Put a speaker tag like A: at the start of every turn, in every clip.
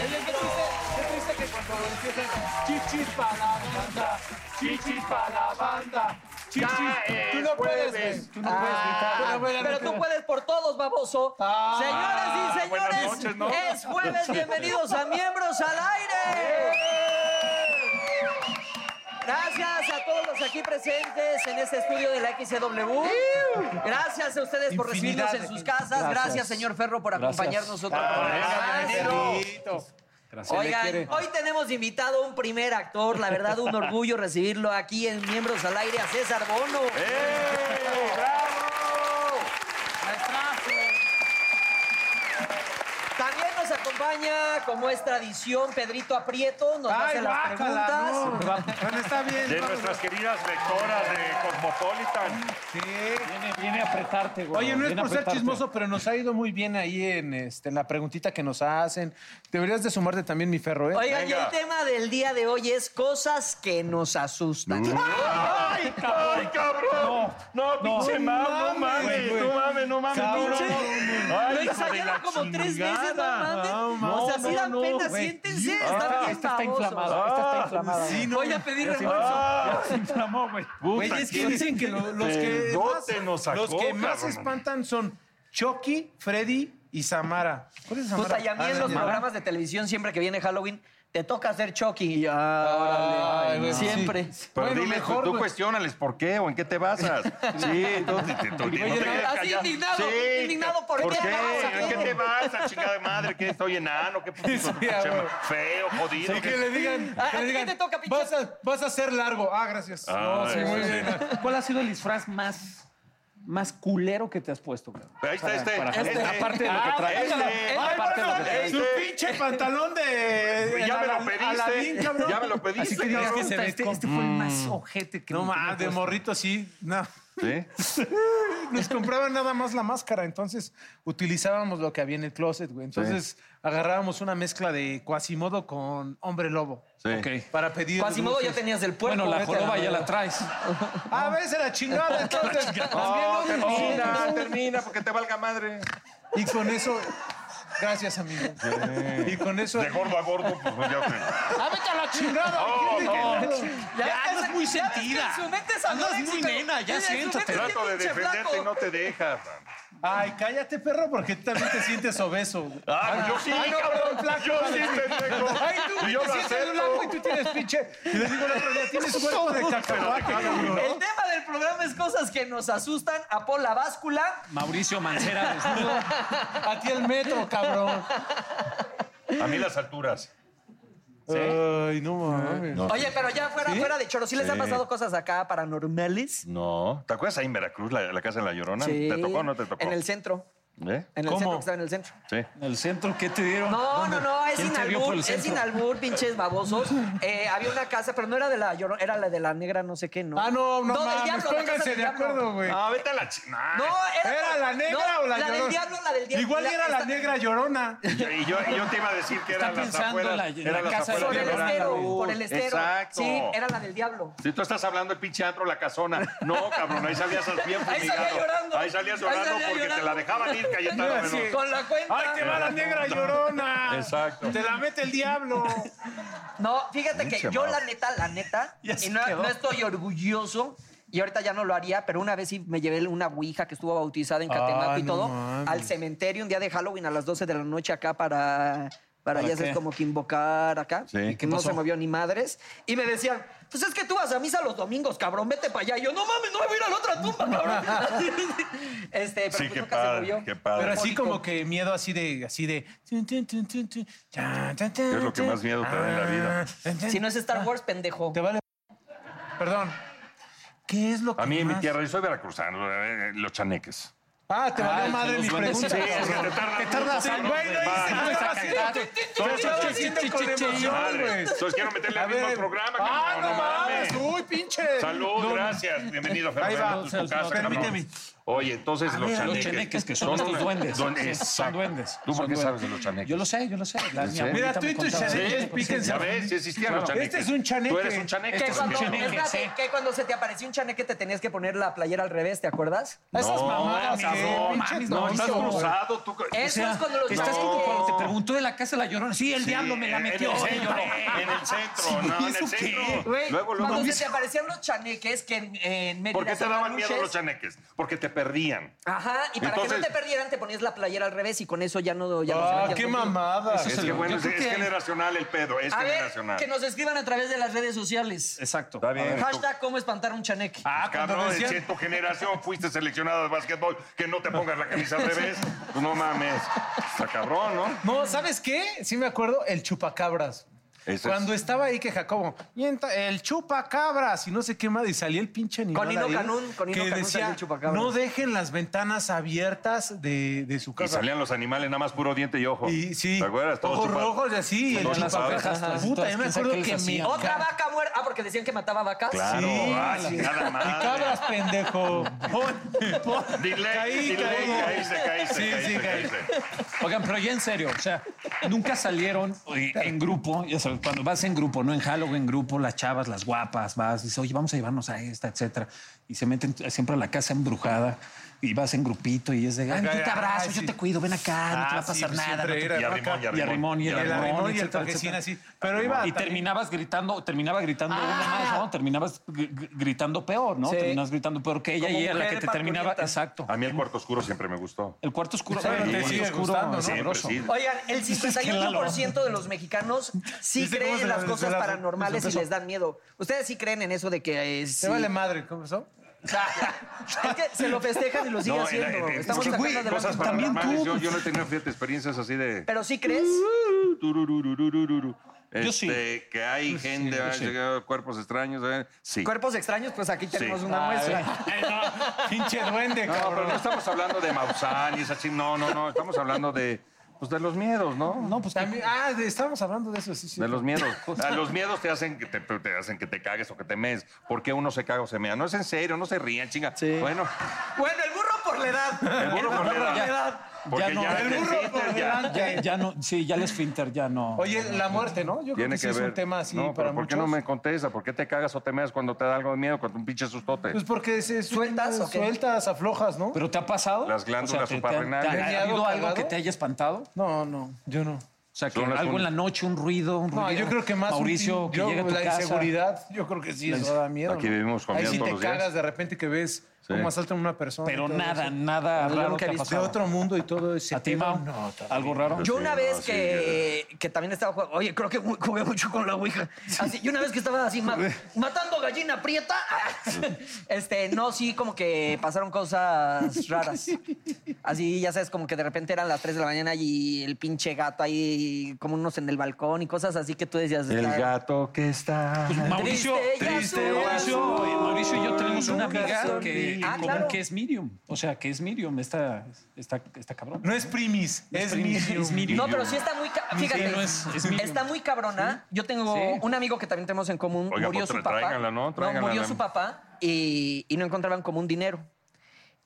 A: Oye, qué triste, qué triste que por favor empiecen chichis para la banda, chichis para la banda, chichis. Tú no puedes, güey, tú no puedes gritar.
B: eh, Ah,
A: Bueno, bueno,
B: pero
A: no
B: tú
A: te-
B: puedes por todos, baboso.
A: Ah,
B: Señoras y
A: buenas
B: señores,
A: noches, ¿no?
B: es jueves. Bienvenidos a Miembros al Aire. Gracias a todos los aquí presentes en este estudio de la XCW. Gracias a ustedes por
A: Infinidad
B: recibirnos en
A: de
B: sus
A: gente.
B: casas. Gracias,
A: Gracias.
B: señor Ferro, por acompañarnos otro programa.
A: Ah,
B: más.
A: bienvenido. Se le quiere.
B: Oigan, hoy tenemos invitado a un primer actor, la verdad un orgullo recibirlo aquí en Miembros al Aire, a César Bono.
A: ¡Eh, bravo!
B: También nos acompaña, como es tradición, Pedrito Aprieto, nos
A: Ay,
B: hace las
A: guácala,
B: preguntas.
A: no. Bueno, está bien.
C: De
A: vamos.
C: nuestras queridas lectoras de Cosmopolitan.
A: Sí.
D: Viene, viene a apretarte, güey.
A: Oye, no es
D: Viene a
A: por ser
D: apretarte.
A: chismoso, pero nos ha ido muy bien ahí en, este, en la preguntita que nos hacen. Deberías de sumarte también, mi ferro, ¿eh?
B: Oigan, y el tema del día de hoy es cosas que nos asustan.
C: ¡Ay, cabrón! ¡Ay, cabrón! No, no, pinche
A: No
C: mal, no
A: mames,
C: mames,
A: güey.
C: no mames, no mames, no, no,
A: Pinche-
C: no. Ay, hijo
B: Lo
C: de
B: ensayaron
C: la
B: como tres veces, no
C: chingada.
B: mames.
A: no,
B: o sea, sí
A: no,
B: dan
A: no,
B: pena,
A: güey.
B: siéntense,
A: Esta-
B: están
D: Esta
B: bien
D: está
B: babosos.
D: inflamada, esta está inflamada.
A: Sí, no,
B: Voy a pedir
D: Ya se
B: reembolso.
D: Ya se inflamó, güey.
A: Güey, es que dicen que lo- los que,
C: Pedote
A: más,
C: nos sacó,
A: los que más
C: cabrón.
A: espantan son Chucky, Freddy y Samara. ¿Cuál es Samara?
B: Puta, y a mí
A: Ah,
B: en los
A: Samara.
B: programas de televisión, siempre que viene Halloween, te toca hacer Chucky. Y ya,
A: Ay,
B: órale.
A: güey,
B: siempre.
A: sí.
C: Pero
A: Bueno,
C: diles,
A: mejor,
C: tú, tú
A: güey.
C: cuestionales por qué o en qué te basas. Sí, entonces te, te, no te quedes
B: así
C: callado.
B: indignado, indignado, ¿por qué te basas?
C: ¿En qué te basas, chingada madre? ¿Qué estoy enano? ¿Qué puto
A: Sí, a huevo.
C: feo, jodido?
A: Y que le digan,
B: Ah,
A: que
B: ¿a
A: le
B: ti
A: digan
B: qué te toca, pinche?
A: vas a, vas a ser largo. Ah, gracias.
C: Ah,
A: no, sí,
C: eso
A: muy
C: sí.
A: bien.
D: ¿Cuál ha sido el disfraz más, más culero que te has puesto, güey?
C: Ahí está, este.
D: Halloween.
C: este.
D: Aparte de lo que traes.
C: Este.
A: ah, Ay,
D: Aparte de lo
A: bueno,
D: que
C: te-
A: su pinche pantalón de...
C: Ya me lo
A: Aladín, Aladín,
C: pediste.
A: cabrón.
C: Ya me lo
D: Así que
C: pediste.
D: digas que
C: cabrón.
D: se ve este, este fue el más ojete que
A: No
D: me- que me he
A: más, de
D: puesto.
A: morrito sí. No.
C: Sí.
A: Nos compraban nada más la máscara, entonces utilizábamos lo que había en el closet, güey. Entonces agarrábamos una mezcla de Quasimodo con Hombre Lobo.
C: Sí.
D: Ok.
A: Para pedir.
B: Quasimodo ya
A: dulces.
B: tenías del puerco.
D: Bueno, la
B: Vete a
D: joroba ya
B: madre.
D: la traes.
A: Ah, ves la chingada, entonces.
C: No,
A: Más bien, oye,
C: termina, termina, porque te valga madre.
A: Y con eso. Gracias, amigo. Y con eso.
C: De gordo a gordo, pues pues, ya. te-
A: ¡Ah, vete a la chingada! ¿quién
C: no.
A: dijo?
B: Ya,
D: andas muy
B: ya ves que
D: sentida.
B: en su mente es
D: Andas
B: anoréxico.
D: muy nena, ya
B: En su mente
D: siéntate.
B: es bien
C: Trato de
B: pinche
C: defenderte
B: flaco.
C: y no te dejas.
A: Ay, cállate, perro, porque tú también te sientes obeso. güey.
C: Ah, yo sí,
A: Ay, no,
C: cabrón,
A: flaco.
C: yo sí, pendejo.
A: Ay, tú
C: Y yo
A: te
C: lo
A: sientes blanco y tú
C: acepto.
A: tienes pinche. Y le digo el otro día, tienes cuerpo de cacahuate, cabrón.
B: El tema del programa es cosas que nos asustan. A Paul la báscula.
D: Mauricio Mancera desnudo.
A: A ti el metro, cabrón.
C: A mí las alturas.
A: Ay, no mames.
B: Oye, pero ya fuera, fuera de choro, ¿sí les han pasado cosas acá paranormales?
C: No. ¿Te acuerdas ahí en Veracruz, la, la casa de la Llorona? ¿Te tocó o no te tocó?
B: En el centro.
C: ¿Eh?
B: En el
A: ¿Cómo?
B: centro, que estaba en el centro.
C: Sí.
D: En el centro, ¿qué te dieron?
B: No,
D: ¿Dónde?
B: no, no, es
D: ¿Quién
B: sin
D: te vio por
B: albur,
D: el
B: es
D: centro?
B: sin albur, pinches babosos. Eh, había una casa, pero no era de la Llorona, era la de la negra no sé qué, ¿no?
A: Ah, no, no
B: del
A: mames.
B: diablo, la casa
A: Pónganse
B: del
A: de
B: diablo.
A: acuerdo, güey.
C: Ah, vete a la chingada.
B: No, era,
A: ¿Era la negra
B: no,
A: o la llorona?
B: del diablo, la del diablo.
A: Igual era la
B: esta-
A: negra llorona.
C: Y yo, y yo, y yo te iba a decir que era
D: Está
C: las
D: pensando
C: afueras.
D: en la- en
C: era
D: la
C: las
D: casa de
B: Por
C: afueras
B: el
C: de
D: Llorona.
B: estero,
C: Veracruz.
B: por el estero.
C: Exacto.
B: Sí, era la del diablo.
C: Si tú estás hablando del pinche antro, la casona. No, cabrón, ahí salías bien fumigado.
B: Ahí salía llorando.
C: Ahí salías llorando
B: Ahí salía
C: porque
B: llorando.
C: te la dejaban ir, Cayetano.
A: Sí.
C: menos.
B: Con la cuenta.
A: ¡Ay, te va la negra llorona!
C: Exacto.
E: Te la mete el diablo.
B: No, fíjate que
C: Pinche
B: yo
C: Mau.
B: la neta, la neta,
D: Ya se
B: y no,
D: quedó.
B: no estoy orgulloso. Y ahorita ya no lo haría, pero una vez sí me llevé una ouija que estuvo bautizada en Catemaco y
A: no
B: todo
A: mames.
B: al cementerio un día de Halloween a las 12 de la noche acá para, para,
A: ¿Para
B: ya sabes,
A: qué?
B: como que invocar acá.
C: Sí. ¿Y qué
B: no
A: pasó?
B: se movió ni madres. Y me decían, pues es que tú vas a misa los domingos, cabrón, vete para allá. Y yo, no mames, no voy a ir a la otra tumba, cabrón. este, pero
C: Sí,
B: pues
C: qué
B: nunca se
C: padre,
B: movió.
C: qué padre.
A: Pero así
B: Mónico.
A: como que miedo así de... Así de es
C: Es lo que más miedo te da en la vida.
A: Ah,
B: Si no es Star Wars, pendejo.
A: Te vale... Perdón. ¿Qué es lo que
C: A mí, en mi
A: más-
C: tierra, yo soy veracruzano, eh, los chaneques.
A: Ah, te valió
D: Ay,
A: madre
D: los
A: mis
D: duendes.
A: preguntas.
D: Sí, es que
A: cabrón.
C: te tardas
A: Te tardas
C: mucho,
A: en-
C: güey, no
A: Va.
C: hice
A: Todo
C: nada,
A: está
C: sí,
A: cagado. Todo
C: yo
A: está
C: estaba
E: haciendo
A: chichi,
E: con
A: chichi,
E: emoción,
A: madre.
C: Madre, entonces quiero meterle
A: A
C: al mismo
A: ver.
C: programa.
A: Ah,
C: cabrón,
A: no mames.
C: mames.
A: Uy, pinche.
C: Salud,
A: No,
C: gracias. Bienvenido,
A: Ahí va,
C: Fernando.
A: Celso, permíteme.
C: Oye, entonces los
A: ver, los
C: chaneques.
D: chaneques, que son estos duendes.
C: duendes,
D: Sí, son
C: exacto.
D: duendes,
C: ¿Tú por
D: son
C: qué
D: duendes.
C: sabes de los chaneques?
D: Yo lo sé, yo lo sé. La- mi
C: serio?
D: abuelita
A: Mira,
D: me
A: tú y tus
D: contaba.
A: chaneques, píquense.
C: Ya ves, sí existían los
A: Claro.
C: chaneques.
A: Este es un chaneque.
C: Tú eres un chaneque.
B: Que
D: Este es un
B: cuando,
D: chaneque,
B: espérate,
D: sí.
B: que cuando se te apareció un chaneque te tenías que poner la playera al revés, ¿te acuerdas?
A: Esas
C: No,
A: mamadas, Miguel,
C: no,
A: pinche
C: mames, no, estás
A: tonto.
C: cruzado. Tú...
B: Eso es cuando los
D: Estás
B: chaneques-
D: como cuando te preguntó de la casa de la llorona. Sí, el
C: Sí,
D: diablo me la
C: en-
D: metió.
C: En el centro,
D: señor.
C: en el centro,
D: Sí,
C: no, en
D: ¿eso
C: el
D: qué?
C: centro.
B: Güey,
C: Luego, luego.
B: cuando se te aparecían los chaneques que en, en Mérida
C: ¿Por qué te
B: son
C: daban miedo
B: peluches.
C: los chaneques? Porque te perdían.
B: Ajá, y para que no
C: Entonces-
B: te perdieran te ponías la playera al revés y con eso ya no... Ya no se
A: Ah,
B: metían
A: qué
B: contigo.
A: mamada.
C: Es
D: se
C: que
D: lo-
C: bueno,
D: yo
C: es,
D: creo
C: es
D: que-
C: generacional el pedo, es
B: A ver,
C: generacional.
B: que nos escriban a través de las redes sociales.
D: Exacto.
C: Está bien.
B: Hashtag cómo espantar un chaneque.
A: Ah, cuando
C: Cabrón,
A: decían-
C: si en tu generación fuiste seleccionado de básquetbol, que no te pongas la camisa al revés, pues no mames. Está cabrón, ¿no?
A: No, ¿sabes qué? Sí me acuerdo, el chupacabras.
C: Ese es.
A: Cuando estaba ahí que Jacobo, y enta- el chupacabras y no sé qué más, y salía el pinche animal
B: Con Nino
A: ahí,
B: Canún, con Nino
A: que
B: Canún salió
A: decía,
B: el chupacabras.
A: no dejen las ventanas abiertas de, de su
C: Y
A: casa.
C: salían los animales nada más puro diente y ojo.
A: Y sí,
C: ¿Te acuerdas? Todos
A: ojos
C: chupa-
A: rojos y así, y el
C: todos
A: chupacabras.
C: chupados.
D: todas,
A: Puta,
D: todas,
A: yo me
D: quién sabe
A: acuerdo
D: qué
A: que
D: les
A: mi...
D: hacían.
B: Otra vaca muerta. Ah, porque decían que mataba vacas.
C: Claro,
A: Sí,
F: ah,
C: ay,
A: sí.
C: nada más.
A: Y cabras, pendejo. Pon- pon-
C: Dile,
A: Caí, caí.
C: caíste, caíste,
A: Sí, sí,
C: caíste,
A: caí.
C: caíste.
D: Oigan, pero ya en serio, o sea, nunca salieron eh, en grupo, ya sabes, cuando vas en grupo, no en Halloween, en grupo, las chavas, las guapas, vas, dices, oye, vamos a llevarnos a esta, etcétera, y se meten siempre a la casa embrujada y vas en grupito y es de, ay,
A: Acá,
D: yo te abrazo,
A: ay,
D: yo
A: sí.
D: te cuido, ven acá, no te
A: Ah,
D: va a
A: sí,
D: pasar
A: pues
D: nada.
A: siempre
D: no te-
A: era
C: Y arrimón, y
D: Y arrimón, y
C: arrimón.
A: El arrimón y el
D: etcétera,
A: toquecín
D: etcétera.
A: así. Pero iba... Ah.
D: Y terminabas gritando, terminaba gritando una más, ¿no? Terminabas gr- gr- gritando peor, ¿no?
B: Sí.
D: Terminabas gritando peor que ella
B: Como
D: y ella la
B: mujer
D: que te
B: parturienta.
D: terminaba. Exacto.
C: A mí el cuarto oscuro siempre me gustó.
D: El cuarto oscuro.
A: Claro,
D: el
A: te
D: cuarto
A: sigue
D: oscuro
A: gustando, ¿no?
C: Siempre,
D: sabroso.
C: sí.
B: Oigan, el
D: que Lalo.
B: 58% de los mexicanos sí
A: ¿Viste cómo
B: creen
A: se
B: en las
A: la- se
B: cosas
A: la-
B: paranormales
A: se
B: y
A: empezó?
B: les dan miedo. ¿Ustedes sí creen en eso de que eh, sí?
A: Te vale madre, ¿cómo son?
B: O sea, es que se lo festejan y lo siguen
C: No, en la-
B: haciendo.
C: en- en-
B: Estamos
C: es que,
B: sacando
C: güey,
B: adelante
C: cosas
B: un tema.
D: también tú.
C: paranormales. Yo, yo no he tenido fíjate, experiencias así de.
B: Pero sí crees.
C: Tururururururu.
D: Yo sí.
C: Este, Que hay gente,
D: yo
C: han
D: sí.
C: llegado cuerpos extraños. ¿eh? Sí.
B: Cuerpos extraños, pues aquí tenemos
C: Sí.
B: una
D: Ah, eh,
B: muestra.
A: Pinche duende,
C: No, pero
A: cabrón.
C: no estamos hablando de Maussan y es así. No, no, no. Estamos hablando de, pues, de los miedos, ¿no?
A: No, pues también. Ah, de- estábamos hablando de eso, sí, sí.
C: De los miedos. A los miedos te hacen que te, te hacen que te cagues o que te mees. ¿Por qué uno se caga o se mea? No es en serio, no se rían, chinga. Bueno,
B: Bueno, el burro por la edad.
C: el burro por la edad. Porque
D: Ya
C: ya,
D: no. El
C: te
A: burro
C: sientes,
A: por
C: ya.
A: delante.
D: Ya, ya no, sí, ya el esfínter ya no.
A: Oye, la muerte, ¿no? Yo creo
C: Tiene que
A: que, sí
C: ver.
A: es un tema así
C: no, pero
A: para
C: ¿por qué
A: muchos.
C: no me contesta? ¿Por qué te cagas o te meas cuando te da algo de miedo, cuando un pinche sustote?
A: Pues porque se
B: ¿Sueltas o qué?
A: Sueltas, aflojas, ¿no?
D: ¿Pero te ha pasado?
C: Las glándulas
D: ¿te- te han-
C: suprarrenales.
D: ¿Te ha
A: ¿Meado,
D: habido algo
A: cagado?
D: que te haya espantado?
A: No, no, yo no.
D: O sea, que
C: Son las
D: algo en
C: un-
D: la noche, un ruido, un ruido.
A: No, yo creo que más. un
D: Mauricio,
A: pin-
D: que
A: yo,
D: llega a tu
A: La
D: casa.
A: inseguridad, yo creo que sí, eso da miedo.
C: Aquí
A: ¿no?
C: vivimos con
A: Ahí
C: miedo
A: sí
C: todos
A: te
C: los días.
A: cagas de repente que ves cómo asaltan a una persona. y
D: Pero
A: todo
D: nada,
A: eso.
D: nada
A: Algo
D: raro
A: que
D: te ha
A: viste
D: pasado.
A: De otro mundo y todo ese.
D: ¿A ti,
A: pedo,
D: Mau?
A: No, también.
D: ¿Algo raro?
B: Yo una
C: Sí,
B: vez
C: no, sí,
B: que, que también estaba jugando, oye, creo que ju- jugué mucho con la Ouija. Así, y una vez que estaba así ma- matando gallina prieta, ah, este, no, sí, como que pasaron cosas raras. Así, ya sabes, como que de repente eran las 3 de la mañana y el pinche gato ahí, como unos en el balcón y cosas así que tú decías.
A: pues,
C: El
B: "Está-
C: gato que está.
D: Pues Mauricio,
B: Triste, ya
D: triste,
B: su
D: Mauricio,
B: azul.
D: oye, Mauricio y yo tenemos una
B: Nunca
D: amiga
B: se
D: que, en
B: olvida. Ah,
D: común
B: claro.
D: que es medium. O sea, que es medium, esta, esta, esta cabrón.
A: No es primis, es medium.
D: es medium.
B: No, pero sí está muy. ca- Fíjate,
D: no es- es medium.
B: está muy cabrona. Yo tengo
D: Sí.
B: un amigo que también tenemos en común.
C: Oiga,
B: murió
C: pues,
B: su
C: tra-
B: papá.
C: tráiganla, ¿no? Tráiganla,
B: murió
C: la-
B: su papá y, y no encontraban como un dinero.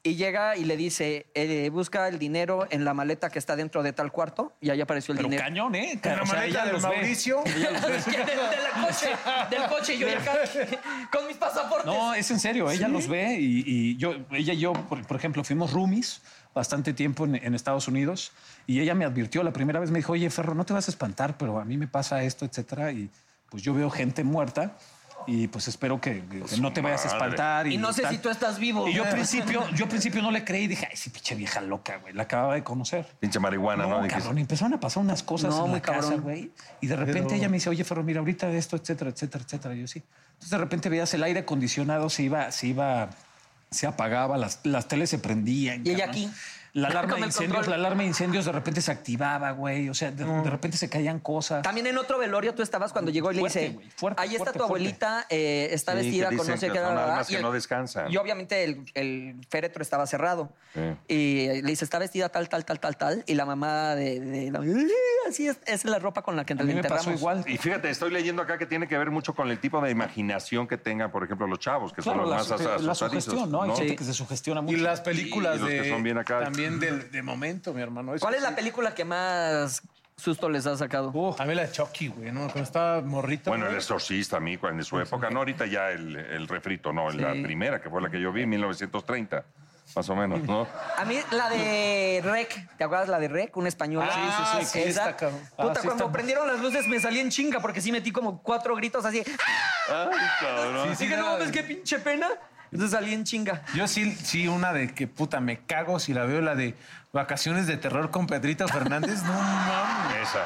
B: y llega y le dice, eh, busca el dinero en la maleta que está dentro de tal cuarto y ahí apareció el
D: Pero
B: dinero.
D: cañón, ¿eh?
A: En la
D: O sea,
A: maleta
D: ella
A: del
D: los ve.
A: Mauricio.
B: Es que del, del coche, del coche, yo ya acá con mis pasaportes.
D: No, es en serio, ella los ve y, y yo, ella y yo, por, por ejemplo, fuimos roomies bastante tiempo en, en Estados Unidos y ella me advirtió la primera vez, me dijo, oye, Ferro, no te vas a espantar, pero a mí me pasa esto, etcétera, y pues yo veo gente muerta y pues espero que, que no te vayas a
C: madre.
D: espantar.
B: y no sé
D: tal".
B: si tú estás vivo.
D: Y yo al principio, yo al principio no le creí, dije, ay, sí, pinche vieja loca, güey, la acababa de conocer.
C: Pinche marihuana, ¿no?
D: No,
C: Dijiste.
D: cabrón, empezaron a pasar unas cosas
B: No,
D: en
B: muy
D: la casa,
B: cabrón.
D: güey. Y de repente ella me dice, oye, Ferro, mira, ahorita esto, etcétera, etcétera, etcétera. Y yo sí. Entonces de repente veías el aire acondicionado, se iba, se iba, se apagaba, las, las teles se prendían.
B: Y ella
D: cabrón.
B: aquí,
D: La alarma
B: con
D: de
B: el
D: incendios,
B: control.
D: la alarma de incendios de repente se activaba, güey. O sea, de, de repente se caían cosas.
B: También en otro velorio tú estabas cuando llegó y le
D: Fuerte,
B: dice,
D: güey, fuerte,
B: ahí está
D: fuerte,
B: tu
D: fuerte.
B: abuelita, eh, está
C: Sí, que
B: vestida con no
C: dicen
B: sé
C: que
B: qué.
C: son
B: bla, bla,
C: almas
B: bla",
C: que no descansan.
B: Y obviamente el, el féretro estaba cerrado.
C: Sí.
B: Y le dice, está vestida tal, tal, tal, tal, tal. Y la mamá de... de la- así es, esa es la ropa con la que
D: a
B: te
D: mí me
B: enterramos.
D: pasó igual.
C: Y fíjate, estoy leyendo acá que tiene que ver mucho con el tipo de imaginación que tengan, por ejemplo, los chavos, que
D: Claro,
C: son
D: la,
C: los más
D: suge-
C: as-
D: la
C: asustadizos,
D: sugestión, ¿no? Hay
C: ¿no?
D: gente que se sugestiona
A: Y
D: mucho.
A: las películas
C: Y los que
A: de,
C: son bien acá.
A: también del- de, momento, mi hermano. Eso
B: ¿Cuál es la
A: sí.
B: película que más susto les ha sacado?
A: Uh, a mí la de Chucky, güey, ¿no? Cuando estaba morrito.
C: Bueno, el
A: güey.
C: exorcista, a mí, cuando- en su época, no ahorita ya el, el refrito, no, la primera, que fue la que yo vi en 1930, más o menos, ¿no?
B: A mí la de Rec, ¿te acuerdas la de Rec? Una española.
A: Ah, sí, sí, sí,
B: Esa.
A: está cabrón.
B: Puta,
A: Ah, sí
B: cuando
A: está-
B: prendieron las luces me salí en chinga porque sí metí como cuatro gritos así.
C: Ay, cabrón.
B: Así que no mames, qué pinche pena. Entonces salí en chinga.
A: Yo sí, sí, una de que puta me cago si la veo, la de Vacaciones de Terror con Pedrito Fernández. No mames.
C: Esa.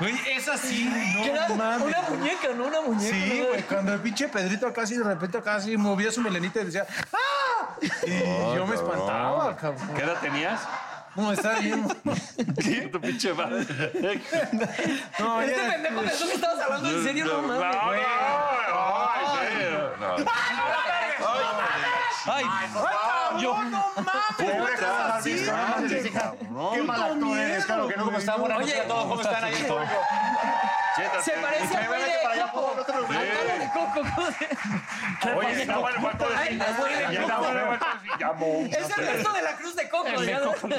A: Güey, esa sí, no
B: Que era
A: mames.
B: una muñeca, ¿no? Una muñeca.
A: Sí,
B: ¿no?
A: güey, cuando el pinche Pedrito acá así de repente acá así movía su melenita y decía ¡Ah! Y yo me espantaba, cabrón.
C: ¿Qué edad tenías?
A: No, está bien.
C: Sí, tu pinche madre.
A: No,
B: Este
A: ya-
B: pendejo pensó que estabas hablando en serio, no
C: No,
B: mames.
C: no, ay, sí, no.
D: ¡Ay! yo,
G: Qué mal actor eres, claro que no, como está bueno.
B: Oye,
G: ¿cómo están ahí?
C: Siéntate.
B: se parece al güey de
G: para allá,
B: Coco.
G: por favor, no te
B: Al toro de Coco. ¿cómo se-
C: Oye, está bueno, faltó
B: Ay,
C: decir.
B: la güey de
C: Ya está
B: Coco.
C: bueno, faltó decir, ya, mo.
B: Es el resto de la cruz de Coco. ya no-
C: Qué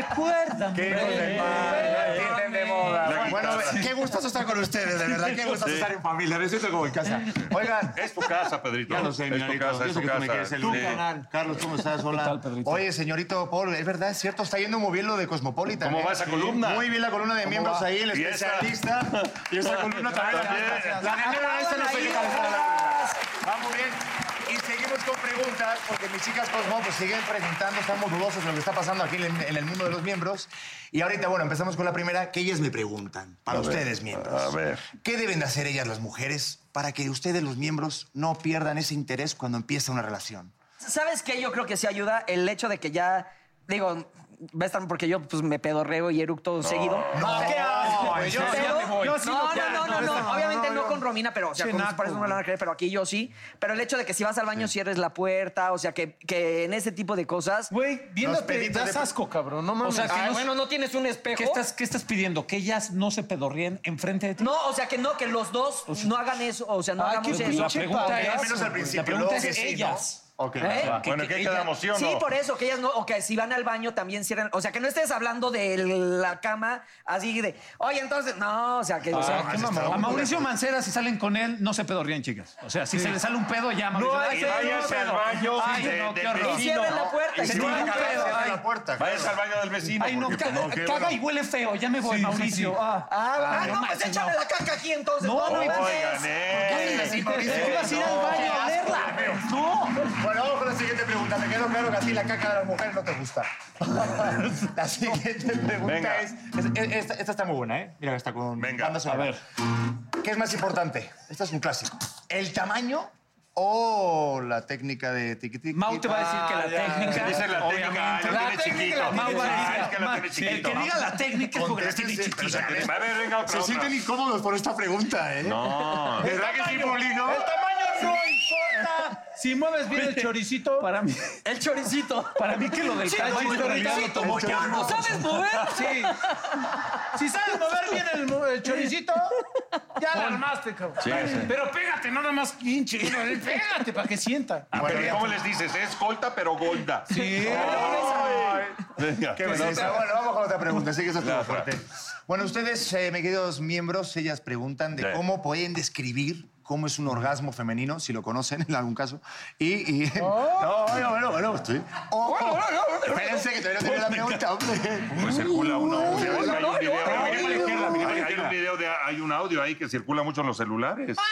C: hijos de madre, qué tienen de moda. La
G: Bueno,
C: guitarra.
G: qué gustoso estar con ustedes, de verdad, qué gustoso estar en familia, me siento como en casa. Oigan,
C: Es tu casa, Pedrito.
G: Ya lo sé,
C: es tu
G: señorito.
C: casa,
G: Yo
C: es
G: sé
C: tu
G: que tú me
C: casa.
G: quieres el tu
C: Sí.
G: canal. Carlos, ¿cómo estás? Hola.
D: tal, Pedrito?
G: Oye, señorito Paul, es verdad, es cierto, está yendo muy bien lo de Cosmopolitan. ¿eh?
C: ¿Cómo va esa columna?
G: Muy bien la columna de miembros
C: va?
G: ahí, el
C: ¿Y esa?
G: especialista. Y esa columna también.
C: También.
G: La ganadora esta no sé qué tal fue la- Va muy bien. Y seguimos con preguntas, porque mis chicas Cosmo pues, siguen preguntando, estamos dudosos de lo que está pasando aquí en el- en el mundo de los miembros. Y ahorita, bueno, empezamos con la primera, que ellas me preguntan, para
C: A ver,
G: ustedes miembros.
C: a ver.
G: ¿Qué deben de hacer ellas las mujeres para que ustedes los miembros no pierdan ese interés cuando empieza una relación?
B: ¿Sabes qué? Yo creo que sí ayuda el hecho de que ya, digo, va a estar porque yo pues me pedorreo y eructo seguido.
G: No, ¿qué haces, güey? Yo-
B: Pero-
A: ya me voy.
B: No,
A: Yo sí
B: no,
A: lo-
B: no, no, no, Obviamente no con Romina, pero o sea,
A: Che,
B: con sus
A: naco,
B: pares no me lo van a creer, pero aquí yo sí. Pero el hecho de que si vas al baño cierres la puerta, o sea, que, que en ese tipo de cosas.
A: Güey, viéndote,
G: peditos
A: das
G: de-
A: asco, cabrón. No mames.
D: O sea, que
B: Ah,
D: no-
B: bueno, no tienes un espejo.
D: ¿qué, estás, ¿qué estás pidiendo? ¿Que ellas no se pedorríen enfrente de ti?
B: No, o sea, que no, que los dos no hagan eso, o sea, no
A: Ay,
B: hagamos
A: qué
D: Pero, pues,
B: eso.
D: la
A: pinche
D: pregunta
A: padre.
D: es,
A: Al
G: menos al principio,
D: la pregunta
G: luego que
D: es
G: sí, ¿no?
D: ellas.
G: Ok,
B: ¿Eh?
G: va.
C: Bueno, ¿qué
D: ella-
C: quedamos, sí o no?
B: Sí, por eso, que ellas no, o que si van al baño también cierren, o sea, que no estés hablando de la cama así de, oye, entonces, no, o sea, que... o sea,
G: qué mamón.
D: A Mauricio Mancera, si salen con él, no se pedorrían, chicas. O sea, si se le sale un pedo, ya, Mauricio.
C: hay
D: "Ay,
C: pedo,
D: se le
C: váyase
D: salió un
C: al
D: pedo".
C: baño
D: Ay,
C: de-
D: no,
C: de-
D: qué horror.
B: y cierren la puerta.
C: Y
B: y
C: si
G: Sí,
C: no,
B: cierren la
C: cagas,
B: puerta.
G: cierra
D: ay.
G: la puerta.
C: Vayas al baño del vecino.
D: Ay, no,
C: porque-
D: caga,
G: no, qué
D: caga
G: bueno.
D: y huele feo. Ya me
A: Sí,
D: voy,
A: sí,
D: Mauricio.
A: sí.
D: Ah,
B: Ah, ah,
D: no,
B: no,
D: mames,
B: pues échale
D: no.
B: la caca aquí entonces.
D: No, no,
B: mames.
C: Oigan,
B: Ay, sí,
C: eh.
B: Mauricio.
D: Te ibas a ir al baño a verla. No.
G: Bueno, vamos con la siguiente pregunta. Me quedó claro que a ti la caca de las mujeres no te gusta. la siguiente pregunta
C: Venga.
G: es... es- es- esta, esta está muy buena, ¿eh? Mira, está con
C: Venga,
G: banda sonora.
D: ver.
G: ¿Qué es más importante? Esta es un clásico. ¿El tamaño o la técnica de tiquitiqui?
D: Mau te va a decir que la técnica.
C: Ah, Dice la técnica, ay, lo tiene
D: obviamente. La técnica
C: chiquito.
D: la Mau va a
C: Ay, es
D: decir.
C: que la tiene
D: El
C: chiquito.
D: que diga la técnica es porque la tiene
G: Contéstense, pero
D: chiquita.
G: se-
C: A ver, venga, otra,
G: Se
C: otra.
G: sienten incómodos por esta pregunta, ¿eh?
C: No.
G: ¿Verdad que sí, Paulino?
A: tamaño no importa si mueves bien el choricito.
D: Para mí,
B: El choricito.
D: para mí que lo del
B: Sí,
D: tacho
B: no,
D: en
B: el
D: realidad lo
B: choricito,
D: tomó
B: ya
D: John.
B: no sabes mover.
A: Sí. Si sabes mover bien el, mo- el choricito, ya la armaste, cabrón. Pero pégate, no nada más pinche. Pégate para que sienta.
C: Ah, pero ¿Cómo les dices? Es colta, pero golda.
A: Sí.
C: Venga.
G: Qué
C: Bueno,
G: belleza. Bueno, vamos con otra pregunta. Sí, que eso estuvo fuerte. Bueno, ustedes, eh, mis queridos miembros, ellas preguntan de
C: Sí.
G: cómo pueden describir cómo es un orgasmo femenino, si lo conocen en algún caso. Y. y-
D: Oh.
G: No, bueno, bueno, bueno. sí. O- Espérense que todavía no tengo la pregunta, hombre.
C: Pues circula uno. o sea, hay un video-
A: no, no, no, no, no,
C: Hay hay un video de. Hay un audio ahí que circula mucho en los celulares.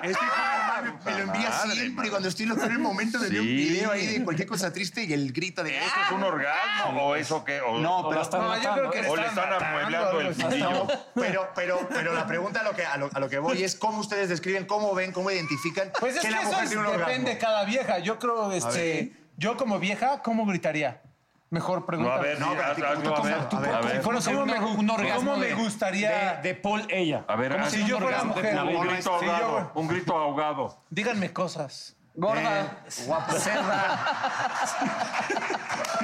A: Ah,
G: Este hijo de madre me lo envía
C: Madre,
G: siempre
C: madre.
G: cuando estoy en los peores momentos de ver un
C: Sí.
G: video ahí de cualquier cosa triste y el grito de.
C: ¿Esto es un orgasmo Ah, o eso qué? O-
D: No, pero hasta
A: yo creo que
C: O le están amueblando el fundillo.
G: Pero, pero, pero la pregunta a lo, que, a, lo, a lo que voy es cómo ustedes describen, cómo ven, cómo identifican
A: Pues es que,
G: que la
A: eso
G: mujer
A: es-
G: tiene un orgasmo.
A: depende de cada vieja. Yo creo, este, yo como vieja, ¿cómo gritaría? Mejor
C: No,
A: pregunta.
C: a ver,
G: No,
C: sí,
G: pero
C: haz-
G: tú-
C: hazlo, a
G: tú-
C: ver,
G: tú-
C: a ver, a ver.
A: Como si fuera un,
D: un-
A: orgasmo-
D: un orgasmo
A: ¿Cómo me
D: de-
A: gustaría?
D: de, de Paul ella.
C: A ver,
A: como
C: haz
A: si yo
C: un
A: fuera
C: orgasmo.
A: mujer.
C: Un grito
A: Sí, yo-
C: ahogado. Un grito ahogado.
A: Díganme cosas. Eh,
B: Gorda.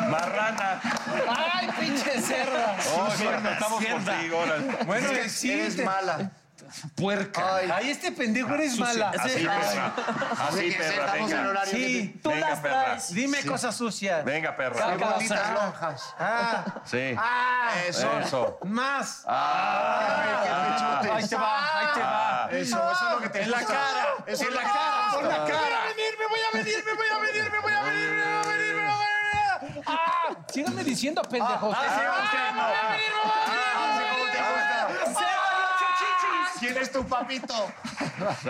C: Marrana.
A: ¡Ay, pinche cerda!
C: Oh, Marta, estamos contigo. órale.
A: Bueno,
G: Es que
A: sí,
G: eres
A: te-
G: mala.
D: Puerca.
G: Ay,
A: Ay, este pendejo eres mala.
C: Así, perra. Así,
G: que
C: perra,
G: estamos en
C: venga.
G: horario.
A: Sí,
C: Tú Venga, las perra. traes.
A: Dime cosas sucias.
C: Venga, perra.
G: Qué bonitas lonjas.
A: Ah,
C: Sí.
A: ah,
G: Eso.
C: Eso.
A: más.
G: Ah, qué
A: ahí
G: pechutes.
A: te va, ahí te va.
G: Eso, eso es lo que te
A: Ah. En la
G: gusta.
A: cara,
G: Eso es
A: en
G: lo
A: la
G: que te
A: cara,
G: gusta.
A: por la cara. Me voy a venir, me voy a venir, me voy a venir, me voy a venir, me voy a venir, me voy a venir. Ah, síganme diciendo, pendejos.
G: Ah, sí, ¿cómo te gusta? ¿Quién es tu papito?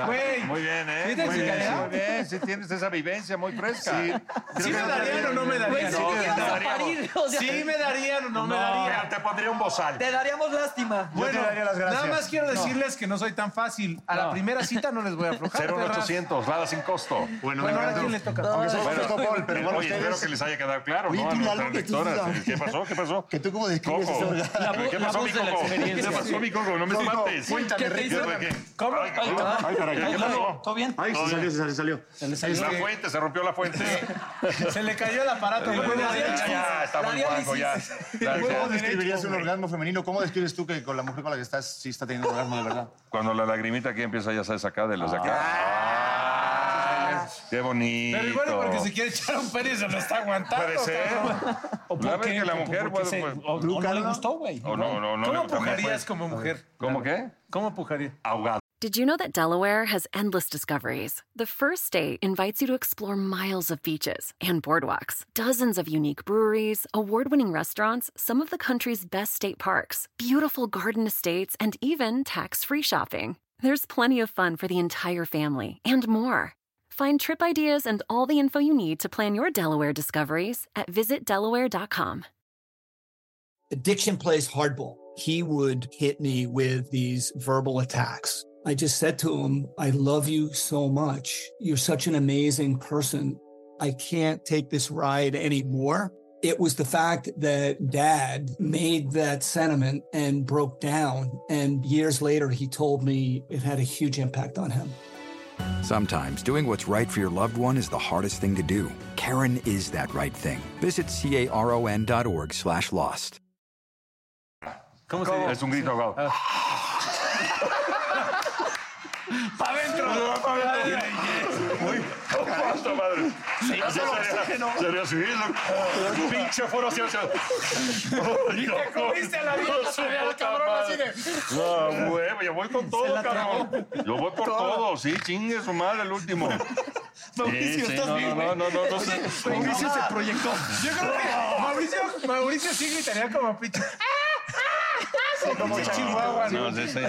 A: Güey.
C: Muy bien, ¿eh?
A: ¿Viste
C: Muy
A: su
C: bien,
A: calidad?
C: muy bien. Sí tienes esa vivencia muy fresca. Sí.
A: ¿Sí me darían o no me darían?
B: Sí,
C: No,
B: te ibas a
C: daríamos.
B: parir. o sea,
A: ah. Sí me darían o no me darían.
C: Pero te pondría un bozal.
B: Te daríamos lástima.
A: Bueno,
G: daría las gracias.
A: nada más quiero decirles que no soy tan fácil. A la primera cita no les voy a aflojar. perras.
C: 01800, nada sin costo.
A: Bueno, ahora quién le toca.
G: Aunque sea un poco gol, pero bueno,
C: oye, espero que
G: ustedes...
C: les haya quedado claro,
G: Oye,
C: ¿no?
G: tú,
C: A nuestras
G: Lalo, que tú
C: lectoras.
G: sí sabes.
C: ¿Qué pasó? ¿Qué pasó?
G: Que tú cómo describes
C: Coco.
G: ese orgasmo.
C: ¿Qué pasó, mi Coco? ¿Qué pasó, mi Coco? No me
G: Coco,
C: mates.
G: cuéntame,
C: ¿Qué pasó?
G: Rick,
C: ¿Qué?
D: ¿Cómo?
C: Ay, cabrón.
D: Ay, caray.
C: ¿Qué pasó?
D: ¿Todo bien?
G: Ay, se salió, se salió, se salió.
C: La fuente, se rompió la fuente.
A: Se le cayó el aparato. güey.
C: Ya, ya, está muy guapo, ya.
G: ¿Cómo
C: Gracias.
G: describirías un orgasmo femenino? ¿Cómo describes tú que con la mujer con la que estás sí está teniendo un orgasmo de verdad?
C: Cuando la lagrimita aquí empieza, ya sabes, acá de los de acá. Ah, Qué bonito.
A: Pero igual porque se quiere echar un pene y se lo está aguantando.
C: Puede ser.
A: cabrón.
D: ¿O
C: La vez
D: qué?
C: que la
D: ¿O por
C: mujer,
D: qué
C: bueno,
D: se-
C: pues-
D: o- o no le gustó, güey.
C: O no, no, no.
A: ¿Cómo
C: le- también
A: pujarías
C: fue-
A: como mujer?
C: ¿Cómo qué?
A: ¿Cómo pujarías?
C: Ahogado.
H: Did you know that Delaware has endless discoveries? The first state invites you to explore miles of beaches and boardwalks, dozens of unique breweries, award winning restaurants, some of the country's best state parks, beautiful garden estates, and even tax free shopping. There's plenty of fun for the entire family and more. Find trip ideas and all the info you need to plan your Delaware discoveries at visitdelaware.com.
I: Addiction plays hardball. He would hit me with these verbal attacks. I just said to him, I love you so much. You're such an amazing person. I can't take this ride anymore. It was the fact that dad made that sentiment and broke down. And years later, he told me it had a huge impact on him.
J: Sometimes doing what's right for your loved one is the hardest thing to do. Karen is that right thing. Visit caron.org slash lost.
A: ¿Cómo,
C: Es un grito ahogado.
A: ¡Para adentro!
C: ¡Cuánta madre! Ya sería- sería así, lo- Pinche foro así, así. Ay, no.
A: comiste a la vieja,
C: No, su
A: se ve al
C: puta
A: cabrón así
C: madre. No, huevo, yo voy con todo,
A: la tragó.
C: cabrón. Yo voy por todo, sí, chingue su madre el último. Sí,
A: Mauricio,
C: sí,
A: ¿estás
C: no,
A: bien?
C: no, no, no, no, sí.
A: Mauricio se proyectó. Yo creo que Mauricio, Mauricio sí gritaría como pinche.
G: Como Chihuahua,
C: No,
G: ¿no?
C: sí, sí.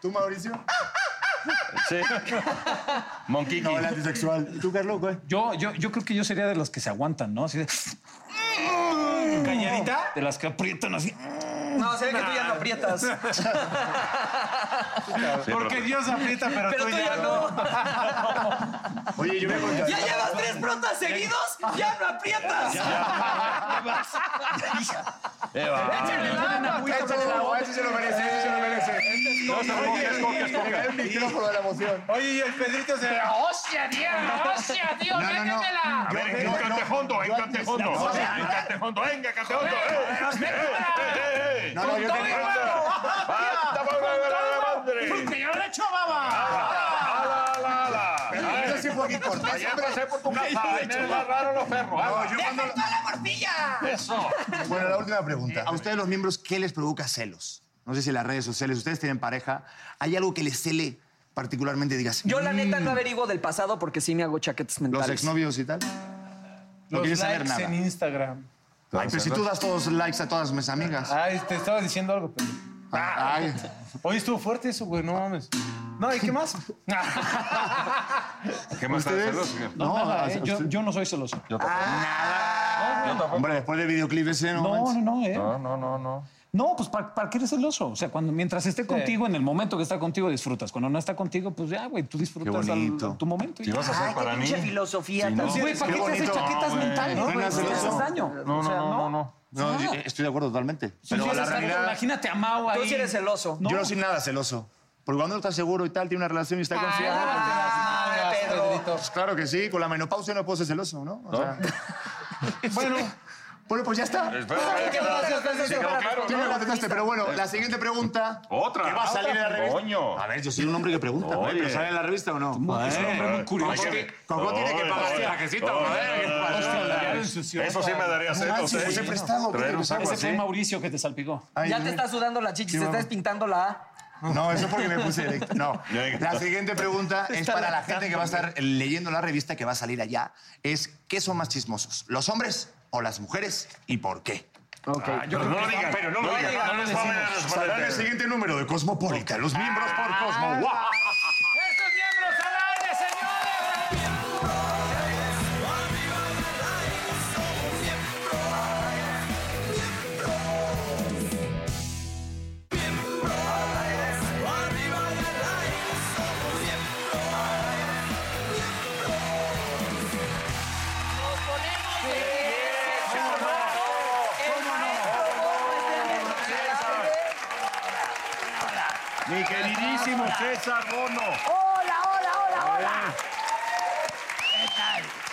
G: ¿Tú, Mauricio?
C: Sí. Monkiki.
G: No, el antisexual. ¿Y tú, Carlos, güey?
D: Yo, yo, yo creo que yo sería de los que se aguantan, ¿no? Así de,
A: ¿Cañadita?
D: de las que aprietan así.
B: No, se ve que tú ya no aprietas.
C: Sí,
A: Porque
C: pero-
A: Dios aprieta, pero,
B: Pero tú ya no.
G: Oye, yo me contaría.
B: Ya llevas tres protas seguidos, ya no aprietas.
C: ¡Qué bárbaro!
A: Échale el agua,
G: Échale el agua, Ah, ese se lo merece, ese se lo
A: Eh.
G: merece.
C: No se ponga, es coca, es coca.
G: El micrófono de la emoción. ¡Oh!
A: Oye, y el Pedrito se la hostia, tía, hostia, tío,
G: No, no, no.
A: métemela.
C: A ver,
G: Yo-
C: en
G: no,
C: Cantejondo, en
G: yo-
C: Cantejondo.
G: no, no,
C: En Cantejondo, venga, Cantejondo. ¡Eh, eh, eh, eh!
G: No, no, yo tengo-
C: ¡Basta, por la madre!
A: Porque yo le echo baba.
C: ¡Ala, ala, ala! Ay,
G: Eso sí fue mi corta.
C: Ayer pasé por tu casa, en el barraro los perros.
G: No,
C: ala.
G: yo cuando-
C: Eso.
G: Bueno, la última pregunta. A ustedes los miembros, ¿qué les provoca celos? No sé si en las redes sociales, ustedes tienen pareja, ¿hay algo que les cele particularmente? Digas, "Mm".
B: Yo la neta no averiguo del pasado porque sí me hago chaquetes
G: los
B: mentales.
G: exnovios y tal. No
A: Los
G: quieres saber
A: likes
G: nada.
A: en Instagram.
G: Ay, pero si tú das todos likes a todas mis amigas.
A: Ay, te estaba diciendo algo, pero...
G: Ay,
A: Oye, estuvo fuerte eso, güey, no mames. No, ¿y qué más?
C: ¿Qué más
G: ustedes.
C: celos?
G: No,
D: Nada,
G: a-
D: eh, yo,
G: usted-
D: yo no soy celoso.
B: Ah.
G: Hombre, después del videoclip ese, no.
D: No,
G: manches.
D: no, no, eh.
C: No, no, no, no.
D: No, pues ¿para, para qué eres celoso? O sea, cuando mientras esté contigo, en el momento que está contigo, disfrutas. Cuando no está contigo, pues ya, güey, tú disfrutas al-
G: bonito.
D: a tu momento. y
C: Si
D: ya.
C: vas a hacer para mí.
B: Pinche filosofía.
C: Sí, no.
B: tan-
D: Güey, ¿para qué te haces
G: bonito.
D: chaquetas
C: No, güey.
D: mentales,
G: No,
D: güey?
G: no es
D: Si te haces
G: celoso.
D: daño.
C: No,
B: O
C: no,
B: sea,
C: no, no, no.
G: No, yo- estoy de acuerdo totalmente.
D: Si
G: Pero
D: haces
G: la
D: daño,
G: realidad.
D: Imagínate a Mao ahí.
B: Tú sí eres celoso.
G: Yo no soy nada celoso. Porque cuando uno está seguro y tal, tiene una relación y está confiado.
B: Ah, Pedro.
G: Pues claro que sí, con la menopausia no puedo ser celoso, ¿no? O sea,
A: bueno,
G: bueno, pues ya está.
C: Espera,
B: ¿Por qué no lo haces?
C: espera, sí, quedó claro,
G: Tú me
C: ¿no?
G: contestaste, pero bueno, la siguiente pregunta.
C: Otra.
G: Que va a salir en la
C: Otra,
G: revista.
C: coño.
G: A ver, yo soy un hombre que pregunta, güey, pero
C: Oye.
G: ¿sale en la revista o no?
D: Es un hombre muy curioso.
C: Hay que-
G: Coco tiene que
C: Oye,
G: pagar
C: oye,
G: el trajecito,
C: oye,
G: joder, que
C: oye,
G: pasó,
C: oye,
G: la
C: oye,
G: llave
D: ensució.
C: Eso sí me daría celos.
G: manches,
C: ¿eh?
G: güey, siempre está, güey,
C: Traer
G: que
C: un
G: pasa.
C: saco
D: Ese
C: así.
D: fue Mauricio que te salpicó.
G: Ay,
B: Ya
G: Dios
B: te
G: mío.
B: estás sudando la chichis,
G: Sí,
B: te
G: mamá.
B: estás pintando la
G: No, eso porque me puse erecto. No.
C: Venga.
G: La siguiente pregunta es para la gente que va a estar leyendo la revista que va a salir allá. Es, ¿qué son más chismosos? ¿Los hombres o las mujeres? ¿Y por qué?
C: Ah, yo- no lo digan, pero no lo digan. No les vayan a
G: Saldrá en
C: responder.
G: el siguiente número de Cosmopolita, los miembros por Cosmo. ¡Guau!
A: estos miembros al aire, señores.
C: Mi queridísimo César Bono.
B: Hola, hola, hola,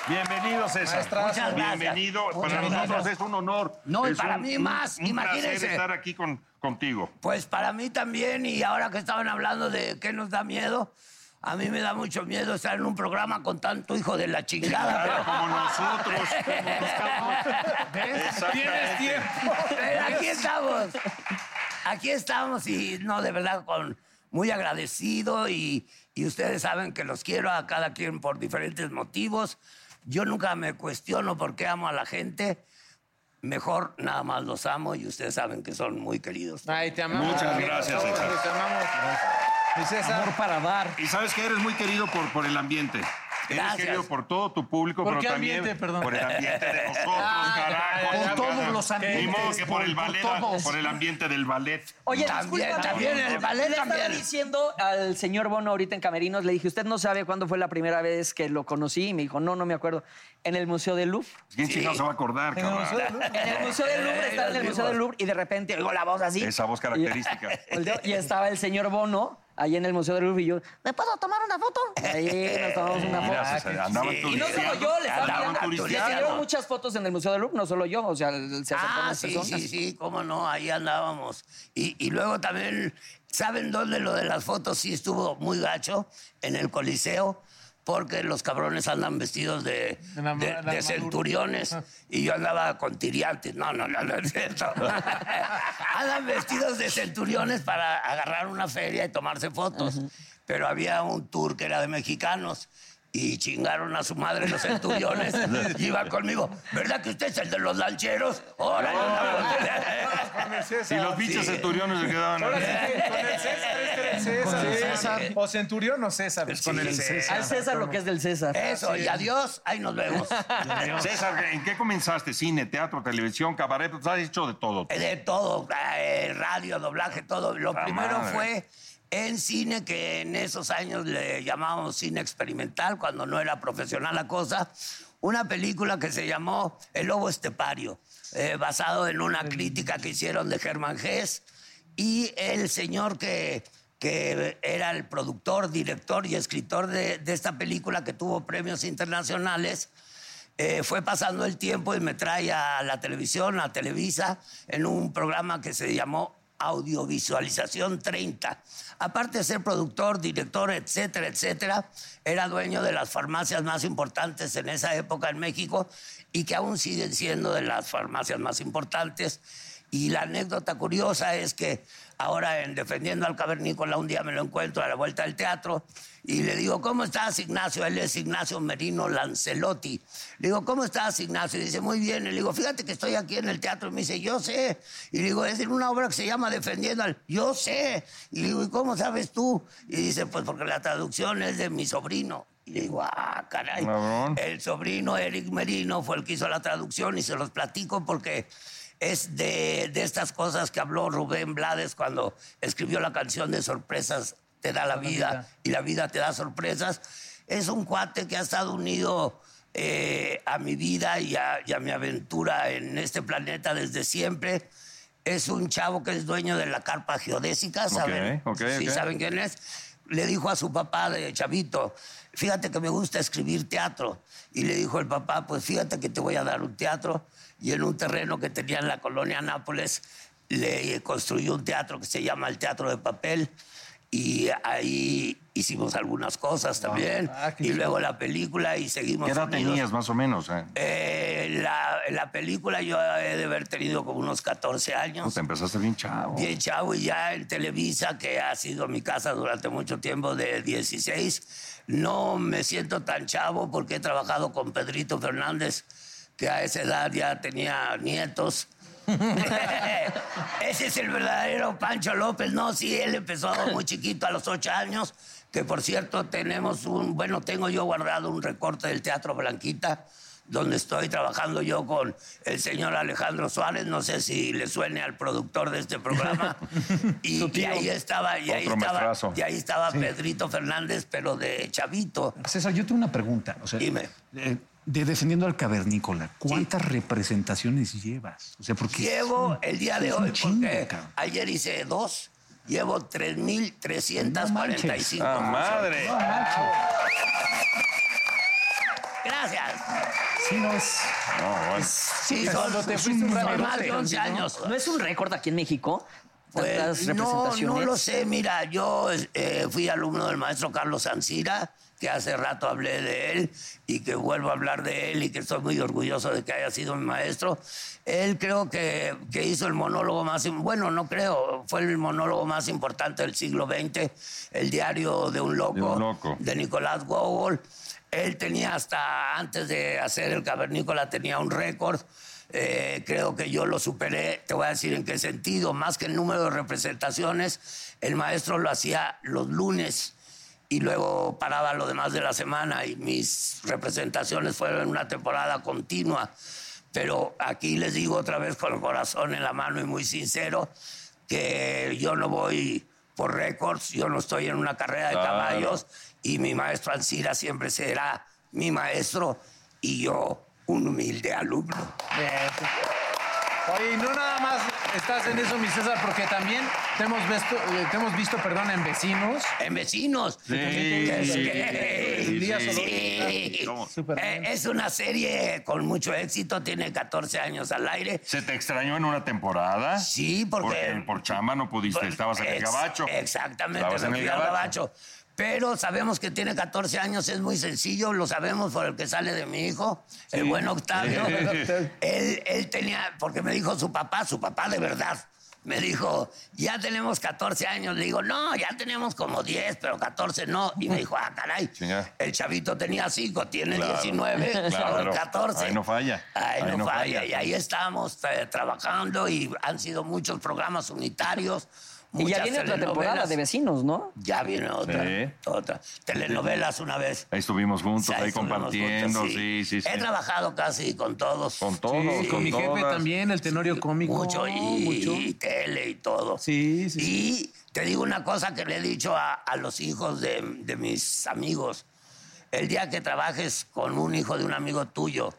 C: Bienvenido, César.
A: Maestra, muchas gracias.
C: Bienvenido. para
K: gracias.
C: nosotros es un honor.
K: No, y
C: Es
K: para
C: un-
K: mí
C: un-
K: más,
C: Un placer
K: imagínense.
C: estar aquí con, contigo.
K: Pues para mí también, y ahora que estaban hablando de qué nos da miedo, a mí me da mucho miedo estar en un programa con tanto hijo de la
C: Claro,
K: chingada.
C: como nosotros. como nosotros.
A: Tienes
C: Exactamente.
A: tiempo.
K: Pero, pero Eh, aquí estamos. Aquí estamos y no, de verdad, con muy agradecido y, y ustedes saben que los quiero a cada quien por diferentes motivos. Yo nunca me cuestiono por qué amo a la gente. Mejor nada más los amo y ustedes saben que son muy queridos.
A: Ay, te amamos.
C: Muchas
A: Ay,
C: gracias,
A: te
C: César.
A: Te amamos. Mi César.
D: Amor para dar.
C: Y sabes que eres muy querido por, por el ambiente. Eres
K: Gracias.
C: querido por todo tu público,
A: ¿Por
C: pero
A: qué
C: también
A: ambiente? Perdón.
C: por el ambiente de nosotros,
A: Ah,
C: carajo.
A: ya, ya,
C: Ni
A: ya,
D: todos
C: modo
D: los
C: Ni modo
D: ambientes,
C: que por el
D: por-
C: ballet,
D: por todos.
C: por el ambiente del ballet.
B: Oye,
K: También,
B: disculpa,
K: también,
B: ¿no?
K: el ballet
B: le estaba
K: también.
B: diciendo al señor Bono ahorita en Camerinos, le dije, usted no sabe cuándo fue la primera vez que lo conocí, y me dijo, no, no me acuerdo, en el Museo del Louvre.
C: ¿Quién chingado se va a acordar, cabrón?
B: En el Museo del Louvre, estaba en el Museo del Louvre, y de repente oigo la voz así.
C: Esa voz característica.
B: Volteo, Y estaba el señor Bono ahí en el Museo del Louvre y yo, ¿me puedo tomar una foto? Y ahí nos tomamos una foto.
C: Mira, César, andaban
K: sí.
B: Y no solo
C: turisteando.
B: yo, le
C: Andaban
B: estaban
C: turisteando.
B: tuvieron muchas fotos en el Museo del Louvre, no solo yo, o sea, el- se acercaron
K: Ah,
B: más
K: sí,
B: personas.
K: sí, sí, cómo no, ahí andábamos. Y, y luego también, ¿saben dónde lo de las fotos sí estuvo muy gacho? En el Coliseo, porque los cabrones andan vestidos de,
A: En la-
K: de-
A: la
K: de
A: armadura.
K: centuriones y yo andaba con tiriantes. No, no, no, no es cierto. andan vestidos de centuriones para agarrar una feria y tomarse fotos. Pero había un tour que era de mexicanos. Y chingaron a su madre los centuriones. y iban conmigo. ¿Verdad que usted es el de los lancheros? ¡Órale! una foto!
A: Con el César.
C: Y los pinches centuriones se quedaban.
A: Ahora sí que con el César, es que el César.
K: el
A: sí.
K: César.
A: O centurión o César.
K: con el César.
B: Al César lo que es del César.
K: Eso, y adiós, ahí nos vemos.
C: César, ¿en qué comenzaste? Cine, teatro, televisión, cabaret,
K: Eh,
C: pues has hecho de todo.
K: De todo, eh, radio, doblaje, todo. Lo
C: Puta
K: primero
C: madre.
K: fue en cine que en esos años le llamábamos cine experimental, cuando no era profesional la cosa, una película que se llamó El Lobo Estepario, eh, basado en una crítica que hicieron de Germán Gess y el señor que, que era el productor, director y escritor de, de esta película que tuvo premios internacionales. eh, fue pasando el tiempo y me trae a la televisión, a Televisa, en un programa que se llamó Audiovisualización 30. Aparte de ser productor, director, etcétera, etcétera, era dueño de las farmacias más importantes en esa época en México y que aún siguen siendo de las farmacias más importantes. Y la anécdota curiosa es que ahora en Defendiendo al Cavernícola un día me lo encuentro a la vuelta del teatro y le digo, ¿cómo estás Ignacio? Él es Ignacio Merino Lancelotti. Le digo, ¿cómo estás Ignacio? Y dice, muy bien. Y le digo, fíjate que estoy aquí en el teatro. Y me dice, yo sé. Y le digo, es en una obra que se llama Defendiendo al... Yo sé. Y le digo, ¿y cómo sabes tú? Y dice, pues porque la traducción es de mi sobrino. Y le digo, ah, caray. El sobrino Eric Merino fue el que hizo la traducción y se los platico porque es de, de estas cosas que habló Rubén Blades cuando escribió la canción de Sorpresas te da la vida y la vida te da sorpresas. Es un cuate que ha estado unido eh, a mi vida y a, y a mi aventura en este planeta desde siempre. Es un chavo que es dueño de la carpa geodésica, ¿saben?
C: Ok, ok,
K: Sí,
C: ok.
K: ¿saben quién es? Le dijo a su papá de chavito, fíjate que me gusta escribir teatro. Y le dijo el papá, pues fíjate que te voy a dar un teatro. Y en un terreno que tenía en la colonia Nápoles, le construyó un teatro que se llama el Teatro de Papel. Y ahí hicimos algunas cosas
C: Ah,
K: también. y luego la película y seguimos.
C: ¿Qué edad
K: unidos.
C: tenías más o menos? eh?
K: Eh, la, la película yo he de haber tenido como unos 14 años.
C: Puta, empezaste bien chavo.
K: Bien, chavo, y ya en Televisa, que ha sido mi casa durante mucho tiempo, de 16, no me siento tan chavo porque he trabajado con Pedrito Fernández, que a esa edad ya tenía nietos. Ese es el verdadero Pancho López, no, sí, él empezó muy chiquito, a los ocho años, que por cierto tenemos un, bueno, tengo yo guardado un recorte del Teatro Blanquita, donde estoy trabajando yo con el señor Alejandro Suárez, no sé si le suene al productor de este programa, y, y ahí estaba, y ahí
D: Otro
K: estaba,
D: maestrazo.
K: y ahí estaba Pedrito Fernández, pero de chavito.
D: César, yo tengo una pregunta. O sea,
K: Dime.
D: eh, de defendiendo al cavernícola, ¿cuántas representaciones llevas? O sea, porque es
K: Llevo
D: un-
K: el día de
D: es un
K: hoy,
D: chingo,
K: porque
D: cabrón.
K: ayer hice dos, llevo 3.345.
C: No manches. Ah, madre. No
K: Gracias.
D: Sí, no es.
K: Sí, son,
L: Cuando te
K: es
L: fuiste
K: un-
L: un
K: son
L: rato,
K: más de
L: ¿no?
K: 11 años.
L: ¿No es un récord aquí en México?
K: Pues,
L: Tantas
K: no,
L: representaciones.
K: no lo sé. Mira, yo eh, fui alumno del maestro Carlos Ancira, que hace rato hablé de él y que vuelvo a hablar de él y que estoy muy orgulloso de que haya sido mi maestro. Él creo que, que hizo el monólogo más, im- bueno, no creo, fue el monólogo más importante del siglo XX, el diario de un loco, de, Nicolás Gogol. Él tenía hasta antes de hacer el cavernícola, tenía un récord. Eh, creo que yo lo superé. Te voy a decir en qué sentido. Más que el número de representaciones, el maestro lo hacía los lunes y luego paraba lo demás de la semana y mis representaciones fueron una temporada continua. Pero aquí les digo otra vez con el corazón en la mano y muy sincero que yo no voy por récords, yo no estoy en una carrera de
C: Claro.
K: caballos y mi maestro Alcira siempre será mi maestro y yo un humilde alumno.
A: Oye, y no nada más estás en eso, mi César, porque también te hemos visto, eh, te hemos visto perdón, en vecinos.
K: En vecinos.
A: Sí,
K: Que-
A: sí,
K: que-
A: sí,
K: Díaz
A: sí.
K: Olorza.
A: Sí.
K: ¿Cómo? Eh, es una serie con mucho éxito, tiene 14 años al aire.
C: ¿Se te extrañó en una temporada?
K: Sí, porque-
C: por chamba no pudiste, estabas en el
K: Ex-
C: gabacho.
K: Pues, Exactamente,
C: Estabas
K: me
C: en el
K: fui al
C: gabacho.
K: gabacho. Pero sabemos que tiene 14 años, es muy sencillo, lo sabemos por el que sale de mi hijo, el buen Octavio. él, él tenía, porque me dijo su papá, su papá de verdad, me dijo, ya tenemos 14 años. Le digo, no, ya tenemos como 10, pero 14 no. Y me dijo, ah, caray,
C: Chinga.
K: el chavito tenía 5, tiene
C: Claro,
K: 19,
C: claro.
K: ahora 14.
C: Ahí no falla.
K: Ahí, no, falla. Y
C: falla.
K: ahí estamos eh, trabajando y han sido muchos programas unitarios.
L: Y ya
K: muchas
L: viene otra temporada
K: telenovelas.
L: de vecinos, ¿no?
K: Ya viene otra,
C: Sí.
K: otra. Telenovelas una vez.
C: Ahí estuvimos juntos,
K: Sí,
C: ahí
K: estuvimos
C: compartiendo,
K: juntos,
C: sí, sí, sí.
K: He trabajado casi con todos.
C: Con todos,
A: Sí, con mi jefe también, el tenorio cómico.
K: Mucho y,
A: Oh, mucho.
K: y tele y todo.
A: Sí, sí, sí.
K: Y te digo una cosa que le he dicho a, a los hijos de, de mis amigos. El día que trabajes con un hijo de un amigo tuyo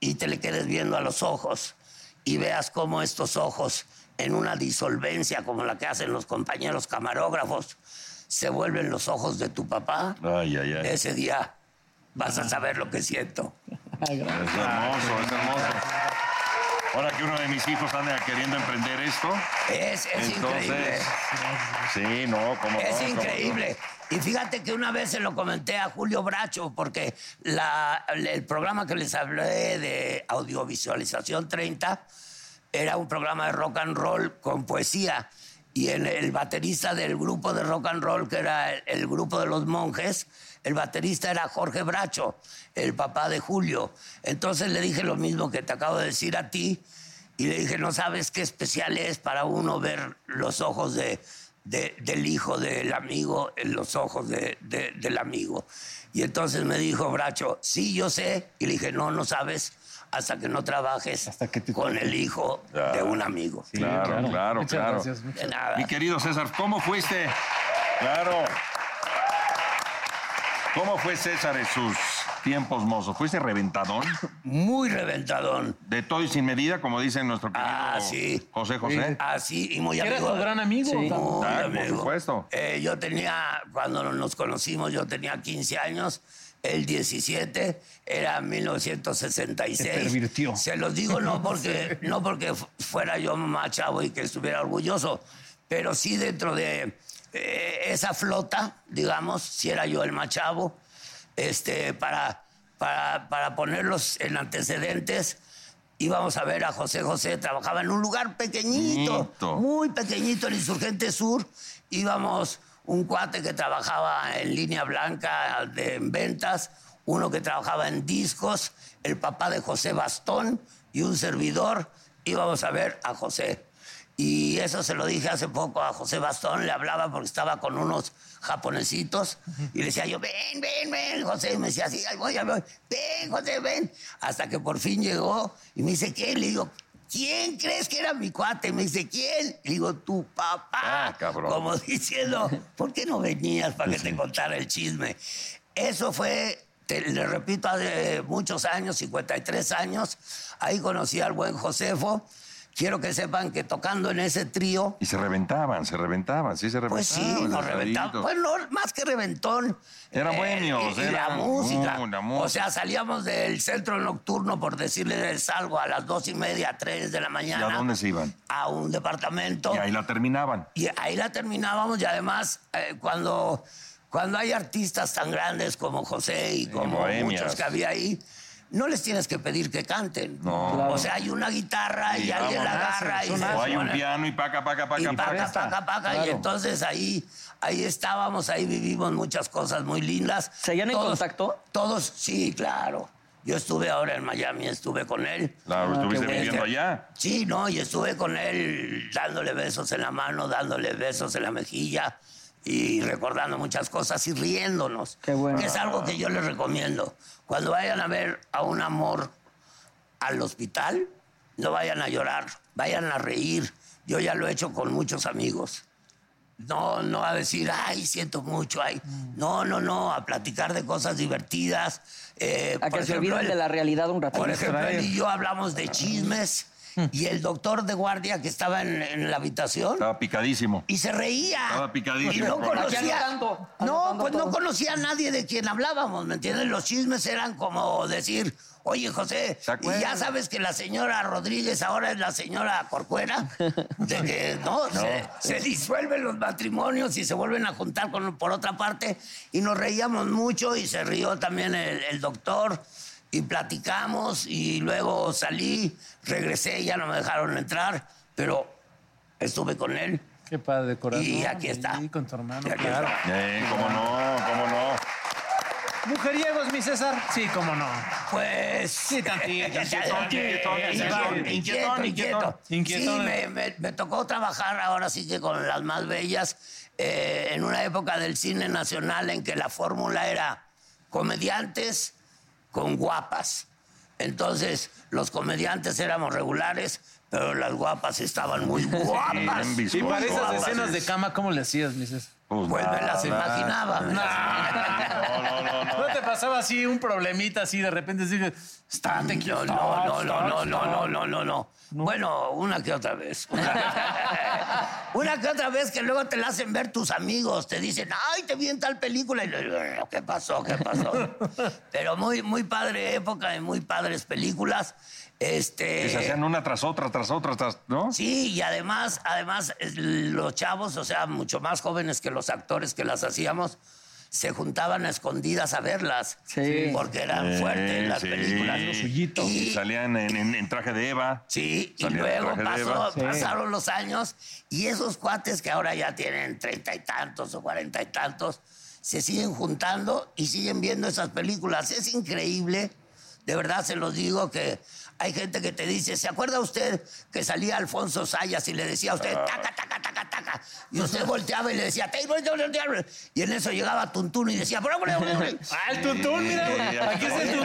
K: y te le quedes viendo a los ojos y veas cómo estos ojos, en una disolvencia como la que hacen los compañeros camarógrafos, se vuelven los ojos de tu papá,
C: Ay, ay, ay.
K: ese día vas a saber lo que siento.
C: Es hermoso, es hermoso. Ahora que uno de mis hijos anda queriendo emprender esto.
K: Es- es increíble.
C: Sí, no, como
K: Es increíble. Y fíjate que una vez se lo comenté a Julio Bracho, porque la- el programa que les hablé de Audiovisualización 30 era un programa de rock and roll con poesía. Y en el baterista del grupo de rock and roll, que era el, el grupo de los monjes, el baterista era Jorge Bracho, el papá de Julio. Entonces le dije lo mismo que te acabo de decir a ti. Y le dije, no sabes qué especial es para uno ver los ojos de, de- del hijo del amigo en los ojos de- de- del amigo. Y entonces me dijo Bracho, sí, yo sé. Y le dije, no, no sabes hasta que no trabajes con el hijo de un amigo.
C: claro, claro, claro.
K: Muchas gracias, muchas De nada.
C: Mi querido César, ¿cómo fuiste? Claro. ¿Cómo fue César en sus tiempos mozos? ¿Fuiste reventadón?
K: Muy reventadón. Ah,
C: De todo y sin medida, como dice nuestro querido José José.
K: Así, y muy amigo. Sí.
C: Sí.
K: Muy
C: Ah, por
K: amigo.
C: supuesto.
K: Eh, yo tenía, cuando nos conocimos, yo tenía 15 años, él 17, era 1966.
D: Se pervirtió.
K: Se los digo no porque, no porque fu- fuera yo más chavo y que estuviera orgulloso, pero sí dentro de eh, esa flota, digamos, si era yo el más chavo, este, para, para, para ponerlos en antecedentes. Íbamos a ver a José José, trabajaba en un lugar pequeñito,
C: Pequeñito.
K: muy pequeñito, el Insurgente Sur. Íbamos un cuate que trabajaba en línea blanca de, en ventas, uno que trabajaba en discos, el papá de José Bastón y un servidor. Íbamos a ver a José. Y eso se lo dije hace poco a José Bastón, le hablaba porque estaba con unos japonesitos y le decía yo, ven, ven, ven, José, y me decía así, ahí voy, ahí voy, ven, José, ven, hasta que por fin llegó y me dice, ¿quién? Le digo, ¿quién crees que era mi cuate? Me dice, ¿quién? Le digo, tu papá.
C: Ah,
K: Como diciendo, ¿por qué no venías para que te contara el chisme? Eso fue, te- le repito, hace muchos años, 53 años, ahí conocí al buen Josefo. Quiero que sepan que tocando en ese trío,
C: Y se reventaban, se reventaban, sí se reventaban.
K: pues sí, nos reventamos.
C: Alfredito.
K: Pues no, más que reventón.
C: Eran
K: eh,
C: bohemios,
K: y la
C: eran-
K: música.
C: Mm, la
K: O sea,
C: música.
K: salíamos del centro nocturno, por decirles algo, a las dos y media, tres de la
C: ¿Y
K: mañana.
C: a dónde se iban?
K: A un departamento.
C: Y ahí la terminaban.
K: Y ahí la terminábamos y además eh, cuando, cuando hay artistas tan grandes como José y como
C: bohemias.
K: muchos que había ahí, no les tienes que pedir que canten.
C: No. Claro.
K: O sea, hay una guitarra y,
C: Y
K: alguien la
C: vámonos.
K: agarra. Y se
C: o hay un
K: pone-
C: piano y paca, paca, paca,
K: y paca,
C: paca.
K: paca, paca. Y entonces ahí, ahí estábamos, ahí vivimos muchas cosas muy lindas. ¿Seguían en contacto? Todos, sí, claro. Yo estuve ahora en Miami, estuve con él. Ah,
C: Claro, estuviste viviendo allá.
K: Sí, no, y estuve con él dándole besos en la mano, dándole besos en la mejilla y recordando muchas cosas y riéndonos. Que es algo que yo les recomiendo. Cuando vayan a ver a un amor al hospital, no vayan a llorar, vayan a reír. Yo ya lo he hecho con muchos amigos. No, no a decir, ay, siento mucho, ay. No, no, no, a platicar de cosas divertidas. eh,
L: A que
K: por
L: se
K: ejemplo,
L: olviden
K: el-
L: de la realidad un ratito.
K: por ejemplo, él y yo hablamos de chismes
L: Hmm.
K: y el doctor de guardia que estaba en, en la habitación
C: Estaba picadísimo.
K: y se reía.
C: Estaba picadísimo.
K: Y no
C: Aquí
K: conocía.
L: anotando,
K: No,
L: anotando
K: pues no
L: todo.
K: conocía a nadie de quien hablábamos, ¿me entiendes? Los chismes eran como decir, oye, José, y ya sabes que la señora Rodríguez ahora es la señora Corcuera, de que no, Se, se disuelven los matrimonios y se vuelven a juntar con, por otra parte, y nos reíamos mucho y se rió también el, el doctor. Y platicamos y luego salí, regresé, ya no me dejaron entrar, pero estuve con él.
A: Qué padre, corazón.
K: Y aquí está.
A: Sí, con tu hermano,
K: Y aquí
A: claro.
C: Eh, cómo no, cómo no.
A: Mujeriegos, mi César. Sí, cómo no.
K: Pues.
A: Sí, tantito. sí,
K: Inquietón,
A: tantito.
K: inquieto, inquieto. Sí, me, me- me tocó trabajar ahora sí que con las más bellas eh, en una época del cine nacional en que la fórmula era comediantes con guapas. Entonces, los comediantes éramos regulares, pero las guapas estaban muy guapas.
A: Y para esas
K: Guapas.
A: escenas de cama, ¿cómo le hacías, mi César?
K: Pues me las imaginaba. me las
A: No, no, no, te pasaba así un problemita así de repente? Así, que, estate
K: No,
A: quieto.
K: no, no, no, no,
A: estate,
K: no, no, no, no. Bueno, una que otra vez. una que otra vez que luego te la hacen ver tus amigos, te dicen, ay, te vi en tal película. Y le digo, ¿qué pasó? ¿Qué pasó? Pero muy, muy padre época y muy padres películas. Este.
C: Que se hacían una tras otra, tras otra, tras, ¿no?
K: Sí, y además, además es- los chavos, o sea, mucho más jóvenes que los actores que las hacíamos, se juntaban a escondidas a verlas.
C: Sí.
K: Porque eran fuertes las películas.
C: los suyitos. Y salían en, en- en traje de Eva.
K: Sí, Y
C: salían en
K: luego
C: traje de
K: pasó-
C: Eva.
K: pasaron los años y esos cuates que ahora ya tienen treinta y tantos o cuarenta y tantos, se siguen juntando y siguen viendo esas películas. Es increíble, de verdad se los digo que hay gente que te dice, ¿se acuerda usted que salía Alfonso Sayas y le decía a usted, taca, taca, taca, taca? Y usted volteaba y le decía, "Te- te- te- te-". y en eso llegaba Tuntún y decía, ¡Pero, pero, pero, pero".
A: Ah, el tuntún, mira. Aquí es el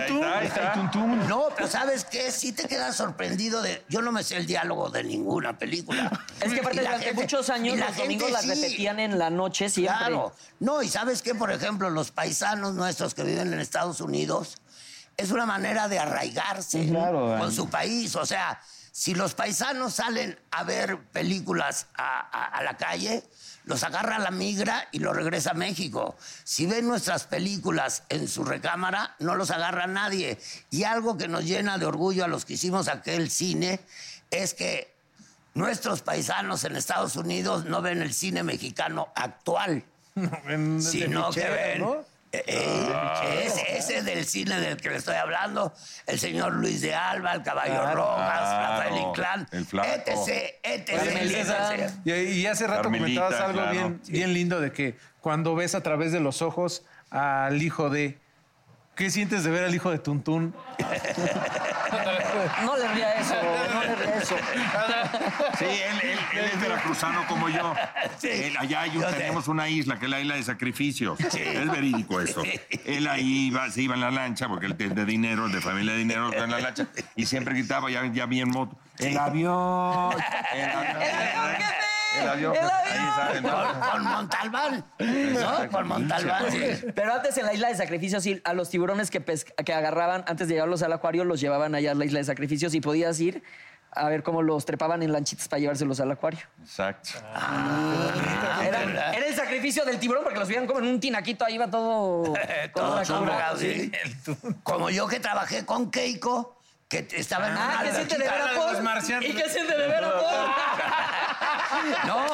A: tuntún.
K: No, pero ¿sabes qué? Sí te quedas sorprendido de... Yo no me sé el diálogo de ninguna película.
L: Es que
K: Y
L: aparte
K: la
L: durante
K: gente-
L: muchos años
K: y la
L: los domingos
K: gente
L: las
K: sí.
L: repetían en la noche siempre.
K: Claro. No, y ¿sabes qué? Por ejemplo, los paisanos nuestros que viven en Estados Unidos, es una manera de arraigarse con su país. O sea, si los paisanos salen a ver películas a, a- a la calle, los agarra la migra y los regresa a México. Si ven nuestras películas en su recámara, no los agarra nadie. Y algo que nos llena de orgullo a los que hicimos aquel cine es que nuestros paisanos en Estados Unidos no ven el cine mexicano actual, sino que ven eh, eh, ese, ese del cine del que le estoy hablando, el señor Luis de Alba, el Caballo
A: Claro.
K: Rojas, Rafael
A: Claro,
K: Inclán,
A: el Flaco.
K: etc, etc,
A: Oye, César,
K: etc.
A: Y, y hace rato
K: Carmelita,
A: comentabas algo
K: claro.
A: bien,
K: Sí.
A: bien lindo de que cuando ves a través de los ojos al hijo de. ¿Qué sientes de ver al hijo de Tuntún?
L: No le ría eso, no le ría eso.
C: Sí, él, él- él es veracruzano como yo. Él- allá hay un-
K: yo sé.
C: tenemos una isla, que es la isla de sacrificios. Es verídico eso. Él ahí iba, se iba en la lancha, porque él es de dinero, de familia de dinero, está en la lancha. Y siempre gritaba, ya, ya bien moto, el avión. El avión. El avión. Ahí sale, ¿no?
K: Con, con Montalbán, ¿no? Con Montalbán, sí.
L: Pero antes en la isla de sacrificios, sí, a los tiburones que, pesca- que agarraban antes de llevarlos al acuario, los llevaban allá a la isla de sacrificios y podías ir a ver cómo los trepaban en lanchitas para llevárselos al acuario.
C: Exacto.
M: Ah.
K: Ah,
L: Era, era el sacrificio del tiburón porque los veían como en un tinaquito, ahí va todo...
K: Todo
L: todo
K: chorreado,
L: acabado,
K: sí. Como yo que trabajé con Keiko, que t- estaba en
L: Ah,
K: una
L: ¿qué siente de
K: alberquita.
L: ver a Paul? Los marcianos. ¿Y qué siente de ver a Paul?
K: No.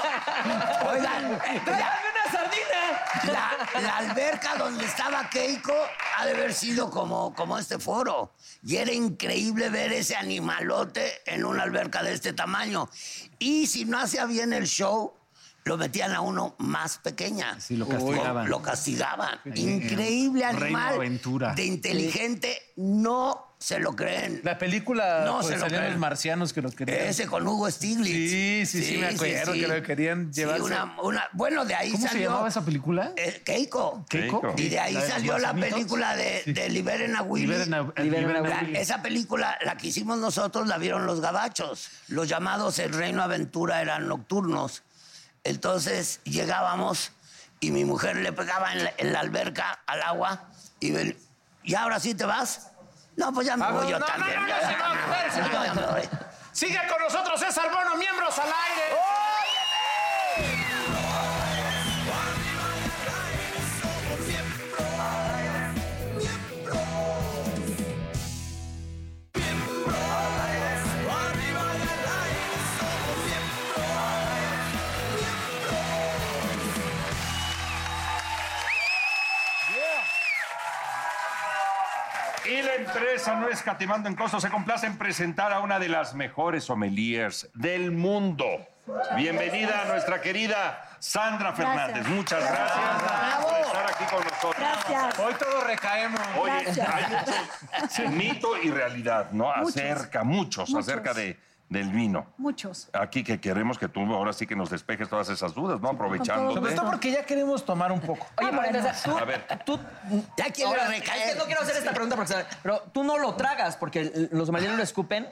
K: Oigan,
L: ¡Tráigame una sardina!
K: la, la alberca donde estaba Keiko ha de haber sido como, como este foro. Y era increíble ver ese animalote en una alberca de este tamaño. Y si no hacía bien el show, lo metían a uno más pequeña. Sí,
D: lo castigaban.
K: Lo castigaban. Increíble
D: Reino
K: animal.
D: Aventura.
K: De inteligente, no se lo creen.
A: La película
K: No
A: pues,
K: se lo
A: salían
K: creen.
A: los marcianos que lo querían.
K: Ese con Hugo Stiglitz.
A: Sí, sí, sí, me acuerdo que lo querían
K: Sí,
A: llevar.
K: una- una- bueno, de ahí
D: ¿Cómo
K: salió.
D: se llamaba esa película?
K: Eh, Keiko.
D: Keiko.
K: Y de ahí
D: ¿La de los
K: salió la
D: marcianitos?
K: película de,
D: Sí.
K: de Liberen a Willy.
D: Liberen a- Liberen Liberen a a Willy. Willy.
K: Esa película, la que hicimos nosotros, la vieron los gabachos. Los llamados El Reino Aventura eran nocturnos. Entonces llegábamos y mi mujer le pegaba en la, en la alberca al agua y me- ¿y ahora sí te vas? No, pues ya me
A: Ah,
K: voy
A: no,
K: yo
A: no, no,
K: también.
A: no, no,
K: ya,
A: se va,
K: ya me
A: espérese.
K: voy, ya me voy.
A: Sigue con nosotros César Bono, miembros al aire.
C: Y la empresa no escatimando en costos se complace en presentar a una de las mejores sommeliers del mundo. Bienvenida a nuestra querida Sandra Fernández. Muchas gracias por estar aquí con nosotros.
M: Gracias.
A: Hoy todos recaemos.
C: Oye, hay
M: Gracias.
C: mucho mito y realidad, ¿no?
M: Muchos.
C: acerca, muchos,
M: Muchos.
C: acerca de, del vino.
M: Muchos.
C: Aquí que queremos que tú ahora sí que nos despejes todas esas dudas, ¿no? Aprovechando.
A: Sobre todo porque ya queremos tomar un poco. Ah,
B: Oye, pero entonces, tú,
C: A ver,
B: tú ya
A: quiero
B: Es que no quiero hacer esta pregunta porque, pero tú no lo tragas porque los somalíes lo escupen.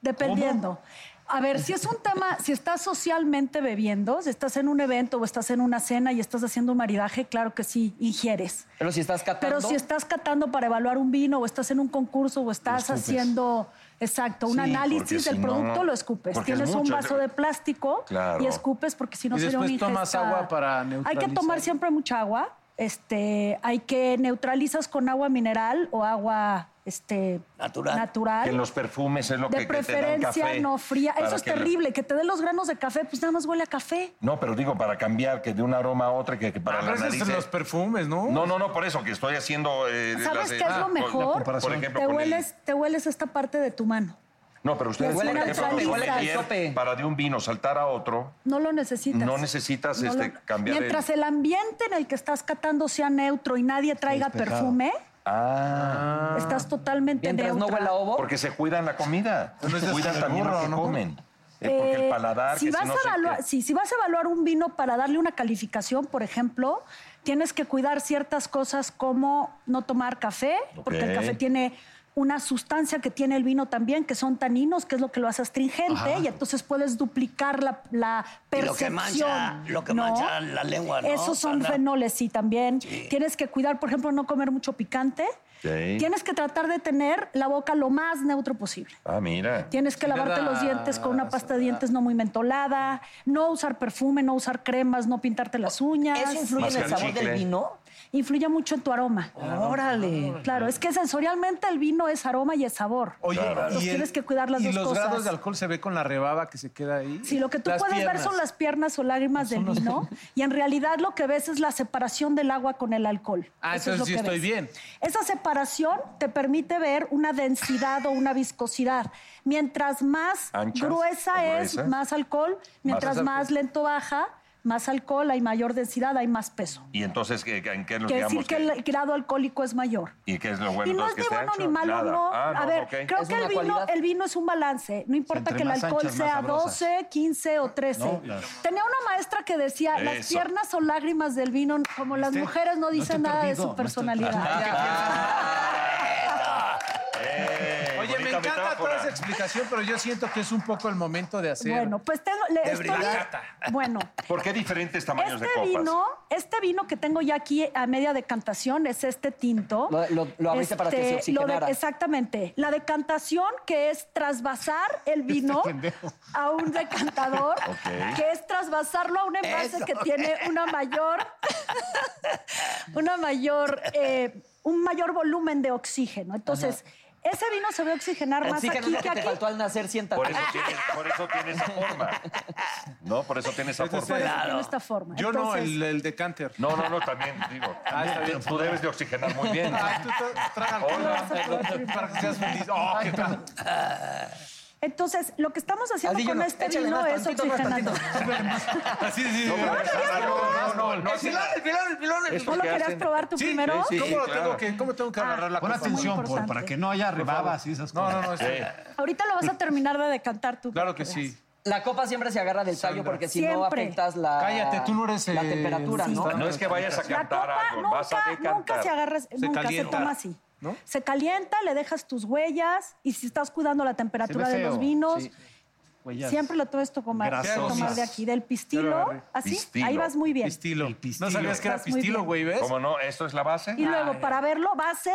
M: Dependiendo. A ver, si es un tema, si estás socialmente bebiendo, si estás en un evento o estás en una cena y estás haciendo un maridaje, claro que sí, ingieres.
B: Pero si estás catando.
M: Pero si estás catando para evaluar un vino o estás en un concurso o estás
B: escupes.
M: haciendo, exacto, un
B: Sí, porque
M: análisis
B: si
M: del
B: no-
M: producto, lo escupes.
A: porque es
M: Tienes un
A: mucho,
M: vaso de plástico
A: Claro.
M: y escupes porque si no
A: Y
M: sería un
A: después tomas agua para
M: Hay que
A: neutralizar.
M: tomar siempre mucha agua. Este, hay que neutralizas con agua mineral o agua este, natural.
C: Que en los perfumes es lo
M: de
C: que, que te dan
M: preferencia
C: café.
M: no fría.
C: para
M: Eso es
C: que le-
M: terrible, que te den los granos de café, pues nada más huele a café.
C: No, pero digo, para cambiar que de un aroma a otro, que, que para
A: Ah,
C: la
A: pero ese es
C: nariz.
A: en los
C: perfumes, ¿no? No, no, no, por eso que estoy haciendo. eh,
M: ¿Sabes
C: las-
M: qué es
C: ah,
M: lo
C: por-
M: mejor?
C: Por ejemplo,
M: te,
C: con el-
M: hueles, te hueles esta parte de tu mano.
C: No, pero ustedes,
M: Te
C: por
M: huele
C: ejemplo,
M: natural,
C: con
M: huele
C: sommelier,
M: al sope.
C: para de un vino saltar a otro,
M: No lo necesitas.
C: no necesitas
M: No
C: este,
M: lo-
C: cambiar
M: Mientras
C: el...
M: el ambiente en el que estás catando sea neutro y nadie traiga
C: despejado.
M: perfume,
C: Ah.
M: estás totalmente neutra.
C: Porque se cuidan la comida.
A: es
C: cuidan
A: el
C: también
A: burro,
C: lo que
A: ¿no?
C: comen. Eh, porque
M: Eh,
C: el paladar,
M: si
C: que
M: vas
C: si no
M: a
C: sé
M: evaluar,
C: qué.
M: sí, si vas a evaluar un vino para darle una calificación, por ejemplo, tienes que cuidar ciertas cosas como no tomar café, porque el
F: Ok.
M: café tiene una sustancia que tiene el vino también, que son taninos, que es lo que lo hace astringente,
K: Ajá.
M: y entonces puedes duplicar la, la
K: Y lo que
M: percepción.
K: mancha- lo que
M: ¿no?
K: mancha la lengua, ¿no?
M: Esos son
K: Sandra.
M: fenoles, sí, también. Tienes que cuidar, por ejemplo, no comer mucho picante. Tienes que tratar de tener la boca lo más neutro posible.
C: Ah, mira.
M: Tienes que lavarte los dientes con una pasta de dientes no muy mentolada, no usar perfume, no usar cremas, no pintarte las uñas.
B: ¿Eso influye en el Mascar sabor del chicle. vino?
M: Influye mucho en tu aroma.
B: Órale.
M: Claro, es que sensorialmente el vino es aroma y es sabor.
A: Oye,
M: Entonces
A: y el-
M: tienes que cuidar las
A: y
M: dos
A: los
M: cosas.
A: grados de alcohol se ve con la rebaba que se queda ahí.
M: Si lo que tú puedes ver son las piernas o lágrimas del vino, y en realidad lo que ves es la separación del agua con el alcohol.
A: Ah,
M: Eso es lo
A: entonces sí
M: que
A: estoy
M: ves.
A: bien.
M: Esa separación te permite ver una densidad o una viscosidad. Mientras más
F: Anchas
M: gruesa
F: o
M: es,
F: gruesas.
M: más alcohol. Mientras
C: alcohol.
M: más, lento baja, más alcohol, hay mayor densidad, hay más peso.
C: Y entonces, ¿qué- ¿en qué nos
M: Quiere
C: quedamos?
M: decir que el grado alcohólico es mayor.
C: ¿Y qué es lo bueno?
M: y no
C: entonces,
M: es ni
C: que esté
M: bueno
C: ancho?
M: ni malo,
C: Nada.
M: no.
C: Ah,
M: a ver,
C: ok.
M: creo que el vino, el vino es un balance. No importa
C: Entre
M: que el
C: más
M: alcohol
C: anchas, más
M: sea
C: sabrosas.
M: 12, 15 o 13.
C: No, claro.
M: Tenía una maestra que decía, las
C: Eso.
M: piernas o lágrimas del vino, como las
C: ¿Viste?
M: mujeres, no
C: No
M: dicen
C: estoy
M: nada
C: perdido,
M: de
C: no
M: su
C: estoy
M: personalidad.
C: Ah,
A: Oye, me
C: bonita
A: encanta toda
C: metáfora.
A: esa explicación, pero yo siento que es un poco el momento de hacer.
M: Bueno, pues tengo. le- estoy- bueno,
C: ¿Por qué diferentes tamaños
M: este
C: de copas?
M: vino, este vino que tengo ya aquí a media decantación es este tinto. Este,
B: Lo- lo- lo abriste para que se
M: lo de-
B: oxigenara.
M: exactamente. La decantación que es trasvasar el
C: Este
M: vino a un decantador,
F: Ok.
M: que es trasvasarlo a un envase
F: Eso.
M: que tiene una mayor, una mayor, eh, un mayor volumen de oxígeno. Entonces. Ese vino se ve oxigenar más
B: Oxígeno es
M: aquí
B: lo
M: que
B: que te
M: aquí.
B: faltó al nacer, siéntate.
C: Por eso, tiene, por eso tiene esa forma. ¿No? Por eso tiene esa
A: Entonces,
C: forma.
A: por eso tiene
M: esta forma.
A: Yo no,
M: Entonces-
A: el, el decanter.
C: No, no, no, también digo.
A: está bien.
C: Tú debes de oxigenar muy bien.
A: Ah, tú tra- traga alcohol para que seas feliz. Oh, qué tal.
M: Entonces, lo que estamos haciendo
A: Así yo
M: con
A: no.
M: este
A: Échale
M: vino
A: más
M: es
A: tantito, más
M: oxigenando.
A: Así, sí, sí.
C: No, pero no, no, no,
A: El pilón, el pilón, el pilón, el
M: ¿No
A: pilón.
M: lo querías probar tú
A: Sí,
M: primero?
A: sí, ¿Cómo, lo
M: claro.
A: tengo que, ¿Cómo tengo que agarrar la
M: Pon
A: copa?
M: atención, Muy Paul, importante. para
A: que no haya
B: rebabas
A: y esas cosas. No, no, no. sí.
M: Ahorita lo vas a terminar de decantar tú.
A: Claro que sí.
B: La copa siempre se agarra del tallo porque si no
M: Siempre.
B: afectas la,
A: Cállate, tú no eres,
B: la
A: eh,
B: temperatura, ¿no?
C: No es que vayas a cantar algo, vas a decantar.
M: Nunca se agarra, nunca se toma así. Se calienta, le dejas tus huellas y si estás cuidando la temperatura de los vinos, siempre lo tienes que tomar,
A: Grasosas.
M: tomar de aquí, del
A: Ya lo
M: pistilo,
A: agarré.
M: así, ahí vas muy bien.
A: Pistilo. No sabías que era
M: Vas muy
A: pistilo,
M: bien.
A: güey, ¿ves? Ah,
C: ¿Cómo no? ¿Esto es la base?
M: Y luego, para verlo, base,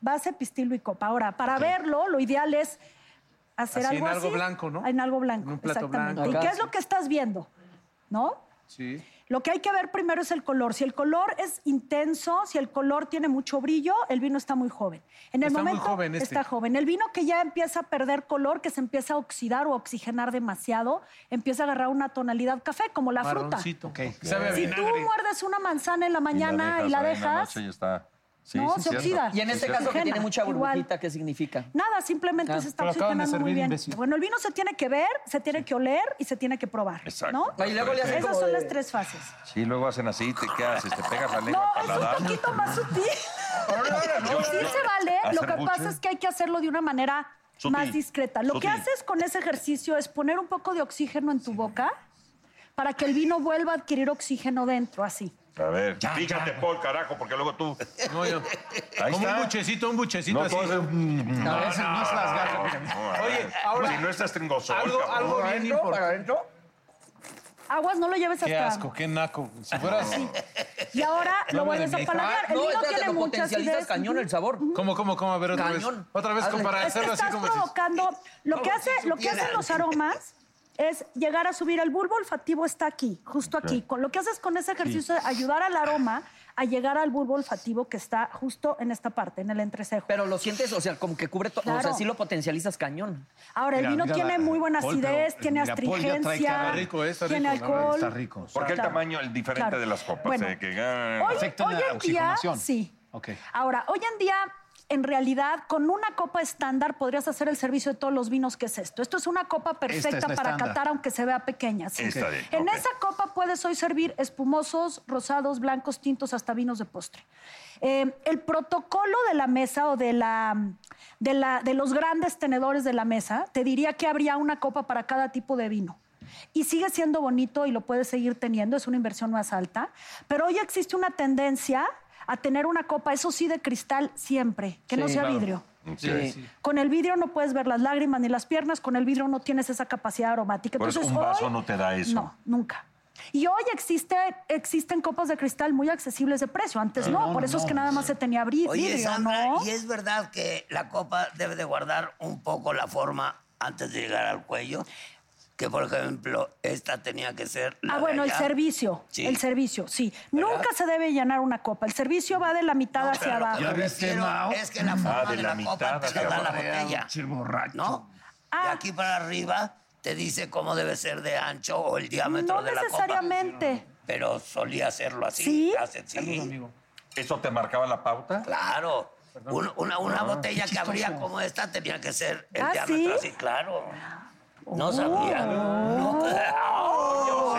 M: base, pistilo y copa. Ahora, para verlo, lo ideal es hacer
A: Así, en
M: algo así.
A: algo blanco, ¿no?
M: En algo blanco,
A: En un plato
M: exactamente.
A: blanco.
M: ¿Y qué
A: Acá,
M: es lo que estás viendo? ¿No?
A: Sí.
M: Lo que hay que ver primero es el color. Si el color es intenso, si el color tiene mucho brillo, el vino está muy joven. En el
A: Está muy
M: momento
A: joven este.
M: está joven. El vino que ya empieza a perder color, que se empieza a oxidar o oxigenar demasiado, empieza a agarrar una tonalidad café, como la fruta.
A: Marroncito. Sabe a
M: Si tú
A: vinagre.
M: muerdes una manzana en la mañana y la dejas,
C: ahí en la noche y está Sí,
M: no,
C: sí,
M: se
C: cierto.
M: oxida.
C: Y en este
M: Se
C: caso que
M: oxigena,
C: tiene mucha
M: igual.
L: burbujita, ¿qué significa?
M: Nada, simplemente
C: Ah.
L: Claro.
M: se está
L: Pero acaban de
M: oxigenando muy
L: servir,
M: bien.
L: imbécil.
M: Bueno, el vino se tiene que ver, se tiene que oler y se tiene que probar.
C: Exacto.
M: ¿no?
C: Y luego le hacen
M: Esas
C: como
M: son
C: de-
M: las tres fases.
C: Sí, luego hacen así, ¿te qué haces? Te pegas la lengua
M: No,
C: al
M: es un
C: paladar.
M: poquito más sutil.
C: no,
M: sí
C: no.
M: se vale. Lo
C: Hacer
M: que
C: buche.
M: pasa es que hay que hacerlo de una manera
C: Sutil.
M: más discreta. Lo que
C: Sutil.
M: haces con ese ejercicio es poner un poco de oxígeno en tu boca para que el vino vuelva a adquirir oxígeno dentro, así.
C: A ver, fíjate, Paul, carajo, porque luego tú.
A: No, yo.
C: Ahí
A: Como
C: está.
A: un buchecito, un buchecito
C: No,
A: así.
C: todo es un-
A: A veces no se las
C: no,
A: garra.
C: no, no,
A: Oye,
C: no.
A: ahora.
C: Si no estás tringoso.
A: Algo, algo bien importante.
M: Aguas, no lo lleves
A: Qué
M: hasta...
A: asco, qué naco. Si fueras.
M: Y ahora
A: No
M: lo
A: me
M: vuelves a
A: dejes.
M: palagar.
A: Ah,
M: El
A: no,
M: vino
A: espérate,
M: tiene
A: lo
M: muchas
A: potencializas
M: ideas.
A: cañón
M: Ujú.
A: el sabor. ¿Cómo, cómo, cómo? A ver, otra vez.
L: Cañón.
A: Otra vez,
L: Hazle.
A: como para
M: Es que
A: hacerlo así
M: estás
A: como dices.
M: provocando. Lo que,
L: Como
M: hace,
L: si
M: lo que hacen
L: supieran.
M: los aromas es llegar a subir el bulbo olfativo está aquí, justo aquí.
L: Ok.
M: Con lo que haces con ese ejercicio es ayudar al aroma a llegar al bulbo olfativo que está justo en esta parte, en el entrecejo.
L: Pero lo sientes, o sea, como que cubre todo. O sea,
M: Claro.
L: sí lo potencializas cañón.
M: Ahora, el
L: Mira,
M: vino
L: mira
M: tiene
L: la-
M: muy buena
L: Paul, pero,
M: acidez, tiene
L: mira, Paul ya trae
M: astringencia,
L: cara rico,
C: está rico,
M: tiene
C: la verdad,
M: alcohol.
C: está rico. Porque el
M: Claro.
C: tamaño es diferente
M: Claro.
C: de las copas.
M: Bueno,
C: eh, que, ah,
M: Hoy- hoy en día, sí.
D: Ok.
M: Ahora, hoy en día, en realidad, con una copa estándar podrías hacer el servicio de todos los vinos que es esto. Esto es una copa
D: Esta
M: perfecta
D: es la
M: para
D: estándar.
M: catar, aunque se vea pequeña. sí.
D: Está bien,
M: En
D: ok.
M: esa copa puedes hoy servir espumosos, rosados, blancos, tintos, hasta vinos de postre. Eh, el protocolo de la mesa o de, la, de, la- de los grandes tenedores de la mesa te diría que habría una copa para cada tipo de vino. Y sigue siendo bonito y lo puedes seguir teniendo, es una inversión más alta. Pero hoy existe una tendencia a tener una copa, eso sí, de cristal siempre, que no
L: Sí,
M: sea
L: claro.
M: vidrio.
C: Ok.
L: Sí. Sí.
M: Con el vidrio no puedes ver las lágrimas ni las piernas, con el vidrio no tienes esa capacidad aromática.
C: Por eso
M: Entonces,
C: un vaso
M: hoy-
C: no te da eso.
M: No, nunca. Y hoy existe, existen copas de cristal muy accesibles de precio. Antes
K: Ah,
M: no,
K: no,
M: por eso es
K: no,
M: que nada más se tenía bri- vidrio,
K: Oye, Sandra,
M: ¿no?
K: ¿y es verdad que la copa debe de guardar un poco la forma antes de llegar al cuello? Que, por ejemplo, esta tenía que ser la
M: Ah,
K: de
M: bueno, el
K: allá.
M: servicio.
K: Sí.
M: El servicio, sí. Nunca se debe llenar una copa. El servicio va de la mitad hacia
K: pero
M: abajo.
K: lo que me refiero Es que la forma
C: Ah, de
K: de,
C: la
K: la, copa
C: mitad
K: te
C: hacia
K: la da la
C: abajo.
K: botella. ¿No?
M: Ah.
K: De aquí para arriba te dice cómo debe ser de ancho o el diámetro
M: No
K: de la copa.
M: necesariamente.
K: Pero solía hacerlo así.
M: ¿Sí?
K: hace- sí.
C: ¿Eso te marcaba la pauta?
K: Claro. Un- una una
C: Ah,
K: botella
C: qué
K: que abría
C: chistoso.
K: como esta tenía que ser el
M: ¿Ah,
K: diámetro
M: sí? Uh.
K: así, claro. No sabía. No, ¡Oh!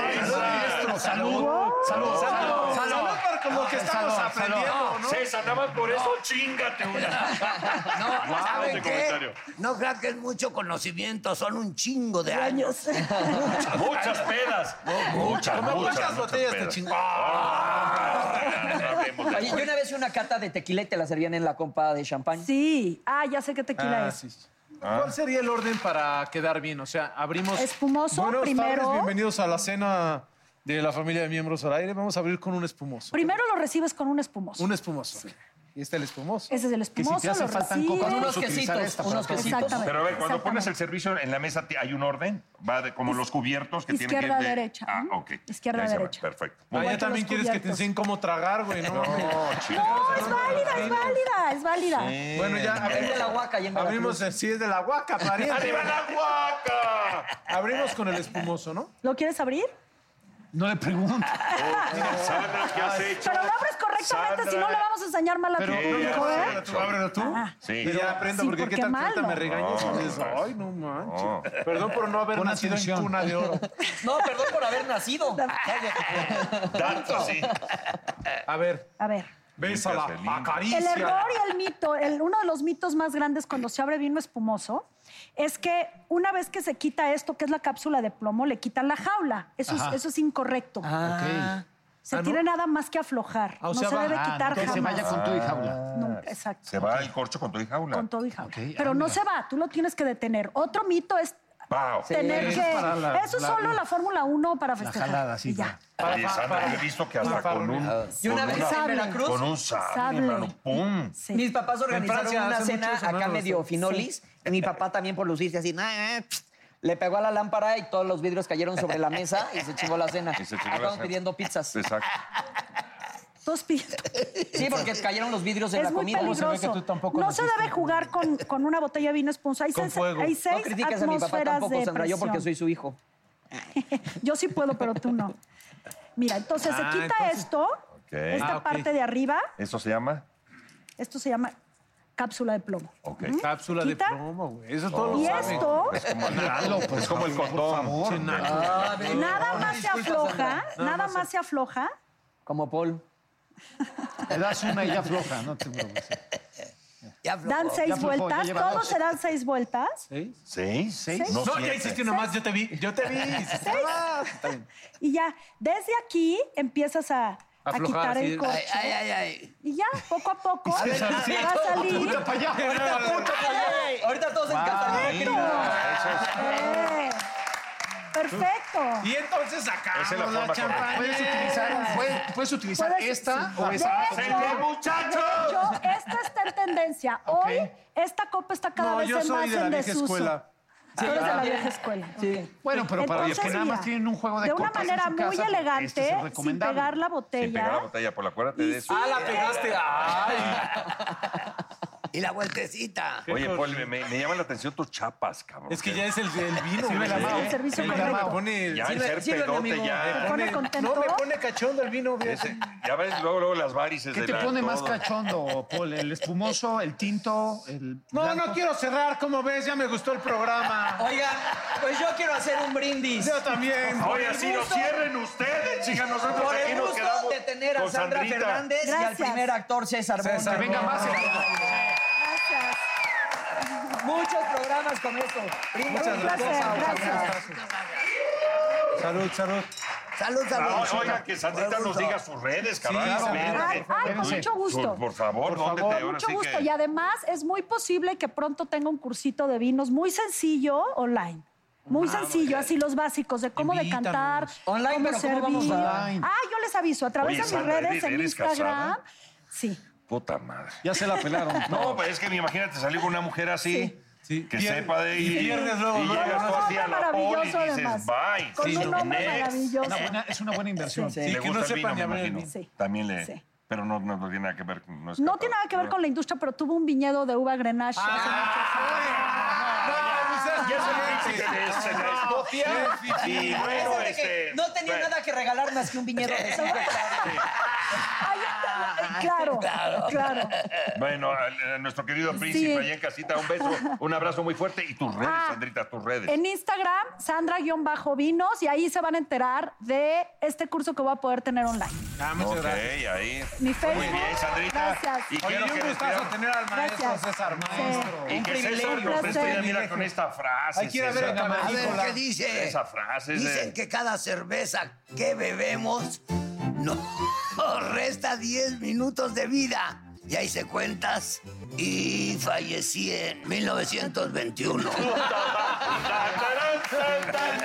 A: Salud, salud, salud, salud. Salud para como que estamos aprendiendo, ¿no?
C: César, nada más por eso, chingate una.
K: No,
C: Guau,
K: ¿saben
C: ese
K: qué?
C: comentario.
K: No crean que es mucho conocimiento, son un chingo de años.
C: Muchas pedas. Muchas,
K: Como
C: muchas.
K: cuántas botellas
C: pedas.
K: te chingó.
C: Ah,
L: Oye, yo una vez una cata de tequila y te la servían en la copa de champán.
M: Sí. Ah, ya sé qué tequila
A: Ah,
M: es.
A: sí. ¿Cuál sería el orden para quedar bien? O sea, abrimos.
M: Espumoso
A: Buenas
M: primero.
A: tardes, bienvenidos a la cena de la familia de miembros al aire. Vamos a abrir con un espumoso.
M: Primero lo recibes con un espumoso.
A: Un espumoso. Y este es el espumoso.
M: Ese es el espumoso, lo recibes.
C: Pero a ver, cuando pones
M: Exactamente.
C: el servicio en la mesa, ti- ¿hay un orden? Va de, como los cubiertos que tienen que
M: Izquierda,
C: ir de-
M: derecha. ¿eh?
C: Ah,
M: Ujú.
C: ok.
M: Izquierda,
C: Ahí se va.
M: derecha.
C: Perfecto.
A: Ah, ya también quieres que te enseñen cómo tragar, güey, ¿no?
C: No,
M: No, es válida, es válida, es válida.
A: Bueno, ya abrimos, abrimos el- sí es de la huaca, pariente.
C: ¡Arriba la huaca!
A: Abrimos con el espumoso, ¿no?
M: ¿Lo quieres abrir?
A: No le pregunto.
C: Oh, Sandra, ¿qué has hecho?
M: Pero lo abres correctamente, si no le vamos a enseñar mal a tu
A: Pero
M: público,
A: no,
M: ¿eh?
A: ábrelo tú, ábrelo tú.
C: Sí.
A: Que ya aprenda,
M: Sí,
A: porque,
M: porque
A: qué tal que
M: malo.
A: ahorita me regañas.
C: No,
A: y dices,
C: no,
A: Ay, no manches. Perdón por no haber nacido en cuna de oro.
L: No, perdón por haber nacido.
C: Tanto, sí.
A: A ver.
M: A ver.
A: Bésala,
M: El
A: acaricia.
M: error y el mito, el- uno de los mitos más grandes cuando se abre vino espumoso es que una vez que se quita esto, que es la cápsula de plomo, le quitan la jaula. Eso, es,
A: Ajá.
M: eso es incorrecto. Se tiene nada más que aflojar.
A: Ah, o
M: no
A: sea,
M: se
A: va-
M: debe
A: ah,
M: quitar
A: que
M: jamás.
A: se vaya con todo y
C: jaula.
M: Nunca, exacto.
C: Se va el corcho con tu jaula.
M: Con todo y jaula.
C: ah,
M: Pero no se va, tú lo tienes que detener. Otro mito es
C: Wow.
M: tener que... eso es solo la Fórmula 1 para
C: la
M: festejar.
C: jalada, sí,
M: y ya.
C: Oye, Sandra, yo he visto que hasta con un.
L: Yo una
C: con
L: vez
C: una-
L: en Veracruz-
C: Con un sable,
L: Sable.
C: mano. ¡Pum!
L: Mis papás organizaron
C: Temprano,
L: una
C: hace mucho
L: cena
C: eso,
L: acá
C: ¿no?
L: medio finolis y mi papá también por lucirse así, "Nah, eh", pst, le pegó a la lámpara y todos los vidrios cayeron sobre la mesa y se chingó la cena.
C: Y se
B: Ah,
C: chingó la
L: Acabamos
C: cena.
L: pidiendo pizzas.
C: Exacto.
M: Todos pidiendo.
L: Sí, porque cayeron los vidrios en
M: es
L: la
M: muy
L: comida.
M: peligroso. no se debe jugar con, con una botella de vino esponja. Hay,
L: Con
M: seis-
L: fuego.
M: hay seis
L: No critiques a mi papá
M: atmósferas
L: tampoco,
M: de
L: Sandra, yo porque
M: presión.
L: soy su hijo.
M: Yo sí puedo, pero tú no. Mira, entonces
C: Ah,
M: se quita
C: entonces-
M: esto,
C: Ok.
L: Eh.
M: esta
C: Ah, ok.
M: parte de arriba,
C: ¿Eso se llama?
M: Esto se llama cápsula de plomo.
A: Cápsula de
M: ¿Quita?
A: plomo, güey. Eso todos
M: ¿Y
A: lo saben.
M: esto?
A: Es como, nalo, pues,
C: Es como el
A: por
C: condón.
A: favor.
C: Sí, nalo.
A: Ah,
C: ve.
M: Nada
A: no,
M: más se
A: disculpa,
M: afloja,
A: Sandra. Nada
M: nada
A: más
M: más se afloja.
L: Como Paul.
A: Le das una y ya floja, ¿no? Te
M: Dan seis vueltas, todos se dan seis vueltas
C: ¿Sí?
M: ¿Seis?
A: No,
M: No,
A: ya
M: siete.
A: hiciste una más. Yo te vi. Yo te vi. hiciste una más. Está bien.
M: y ya, desde aquí empiezas a, a
A: Aflojar,
M: quitar
A: sí.
M: el corcho.
A: Ay, ay, ay, ay.
M: Y ya, poco a poco,
A: Sí, sí, sí.
M: va a salir.
A: Puta pa' allá.
M: Ahorita, puta pa' allá.
B: Ahorita todos en
M: Perfecto.
A: Ah,
M: Eh, Perfecto.
A: Y entonces sacamos
G: Esa es la
A: la,
G: forma
A: champaña.
G: correcta. Puedes utilizar- puedes- puedes utilizar esta o esa.
M: De hecho,
G: ¡Hacele,
A: muchachos!
M: de hecho, esta está en tendencia. Hoy, esta copa está cada
A: No,
M: vez
A: yo
M: en
A: soy
M: más
A: de la
M: en
A: vieja
M: desuso.
A: escuela.
M: Tú eres de la Pues,
A: Ah.
M: vieja escuela. ok.
G: Bueno, pero para los
M: Entonces,
G: que nada
M: mira,
G: más tienen un juego de
M: De una
G: copas en
M: manera
G: su
M: muy
G: casa, este es el
M: elegante, sin
G: recomendable.
C: Sin pegar
M: pegar la
C: la
M: botella.
C: botella, por acuérdate de eso.
K: Ah,
A: la pegaste. Ay.
K: Y la vueltecita.
C: Oye, Paul, me, me- me llama la atención tus chapas, cabrón.
A: Es que ya es el, el vino.
C: Sirve la
A: güey.
C: mano.
M: El servicio
A: Sí, ya me
M: correcto.
A: pone-
C: Ya, el ser
A: sirve,
C: pedote,
A: amigo.
C: ya.
A: Me
C: ¿Te
A: pone-
M: pone contento?
A: No, me pone cachondo el vino. fíjate.
C: Ese- ya ves, luego, luego las varices
G: ¿Qué
C: de
G: te
C: la-
G: pone más
C: todo.
G: cachondo, Paul? ¿El espumoso, el tinto, el
A: No,
G: blanco?
A: no quiero cerrar, como ves, ya me gustó el programa.
B: Oiga, pues yo quiero hacer un brindis.
A: Yo también.
B: Por
C: Oye,
B: el
C: así lo
B: gusto-
C: cierren ustedes, chicas, nosotros
B: Por
C: aquí
B: el
C: nos
B: gusto
C: quedamos
B: de tener a
C: con
B: Sandra
C: Sandrita.
B: Fernández y al
M: Gracias.
B: primer actor César Bono.
G: Que venga más.
M: Gracias.
B: Muchos programas con esto. Brindis.
M: Un placer, gracias.
A: Salud, salud.
K: Salud, salud.
C: Ah, oiga, que Sandrita nos diga sus redes, cabrón.
A: Sí,
C: Ven,
A: Sandrita.
C: ven.
M: Ay, con mucho gusto.
C: Por favor,
A: Por
C: ¿dónde
A: favor.
C: te ahora
M: Mucho
C: sí
M: gusto.
C: que-
M: Y además es muy posible que pronto tenga un cursito de vinos muy sencillo online.
C: Ah,
M: Muy sencillo, así los básicos de cómo
A: Invítanos.
M: decantar.
B: Online,
M: cómo
B: pero ¿cómo vamos
M: servir.
B: online?
M: Ah, yo les aviso, a través
C: Oye,
M: de mis
C: Sandra,
M: redes,
C: ¿eres-
M: en
C: eres
M: Instagram.
C: casada?
M: Sí.
C: Puta madre.
D: Ya se la pelaron.
C: No, pues es que me imagínate salir con una mujer así.
D: Sí.
C: Que
D: Pier-
C: sepa de
A: y
C: ella.
A: pierdes luego,
C: Y
A: luego.
C: llegas tú
M: Un
C: así a
M: hombre
C: la poli y dices,
M: maravilloso además.
C: bye.
M: Con
C: sí,
M: un hombre
C: next.
M: maravilloso.
G: Una buena- es una buena inversión.
A: Sí,
C: Le
A: que
C: gusta
A: no
C: el
A: sepan
C: vino,
A: ni
C: me
A: hablar del
C: imagino.
A: vino.
M: Sí.
C: También le...
M: Sí.
C: Pero no, no, no tiene nada que ver con... es
M: No
C: capaz.
M: tiene nada que ver con la industria, pero tuvo un viñedo de uva Grenache. hace
B: Ah.
A: Ah,
C: Y
B: Eso
C: bueno,
B: de que
C: este...
B: no tenía
C: bueno.
B: nada que regalar más que un viñedo de cinco hectáreas.
M: Ay, claro, claro.
C: Bueno, eh, a, a nuestro querido príncipe allá en casita, un beso, un abrazo muy fuerte y tus redes,
M: Ah,
C: Sandrita, tus redes.
M: En Instagram, Sandra-vinos, y ahí se van a enterar de este curso que voy a poder tener online.
A: Ah, muchas
C: Ok,
A: gracias.
C: ahí.
M: Mi Facebook.
C: Muy bien, Sandrita.
M: Gracias.
C: Y
A: Oye,
C: quiero
A: y
C: que
A: un gustazo
C: despidamos-
A: tener al maestro
M: Gracias.
A: César Maestro.
C: Y
B: Un
C: que
B: privilegio,
C: César
M: un
C: nos
M: placer.
C: despida, mira, con esta frase.
A: Hay que ir a ver
C: César.
A: el camarín.
K: A ver
A: Nicolás.
K: qué dice.
C: Esa frase es de-
K: Dicen que cada cerveza que bebemos nos resta 10 minutos de vida. Y ahí se cuentas. Y fallecí en 1921.
C: Tarán, tarán, tarán.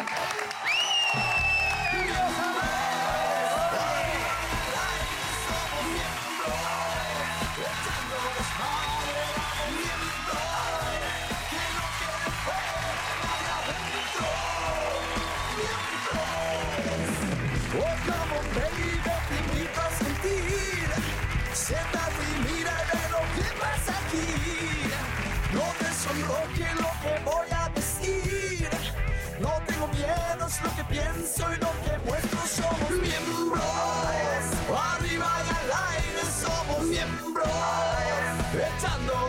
F: Oh, come on, baby, te invito a sentir. Siéntate y mira de lo que pasa aquí. No te sonroje lo que voy a decir. No tengo miedo, es lo que pienso y lo que muestro. Somos miembros. Arriba y al aire somos miembros. Echando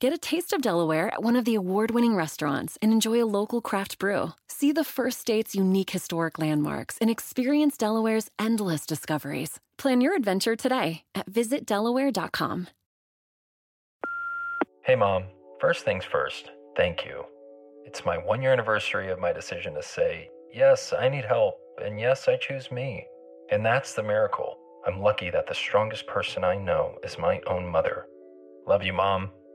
H: Get a taste of Delaware at one of the award winning restaurants and enjoy a local craft brew. See the first state's unique historic landmarks and experience Delaware's endless discoveries. Plan your adventure today at visitdelaware.com.
N: Hey, Mom. First things first, thank you. It's my one year anniversary of my decision to say, yes, I need help, and yes, I choose me. And that's the miracle. I'm lucky that the strongest person I know is my own mother. Love you, Mom.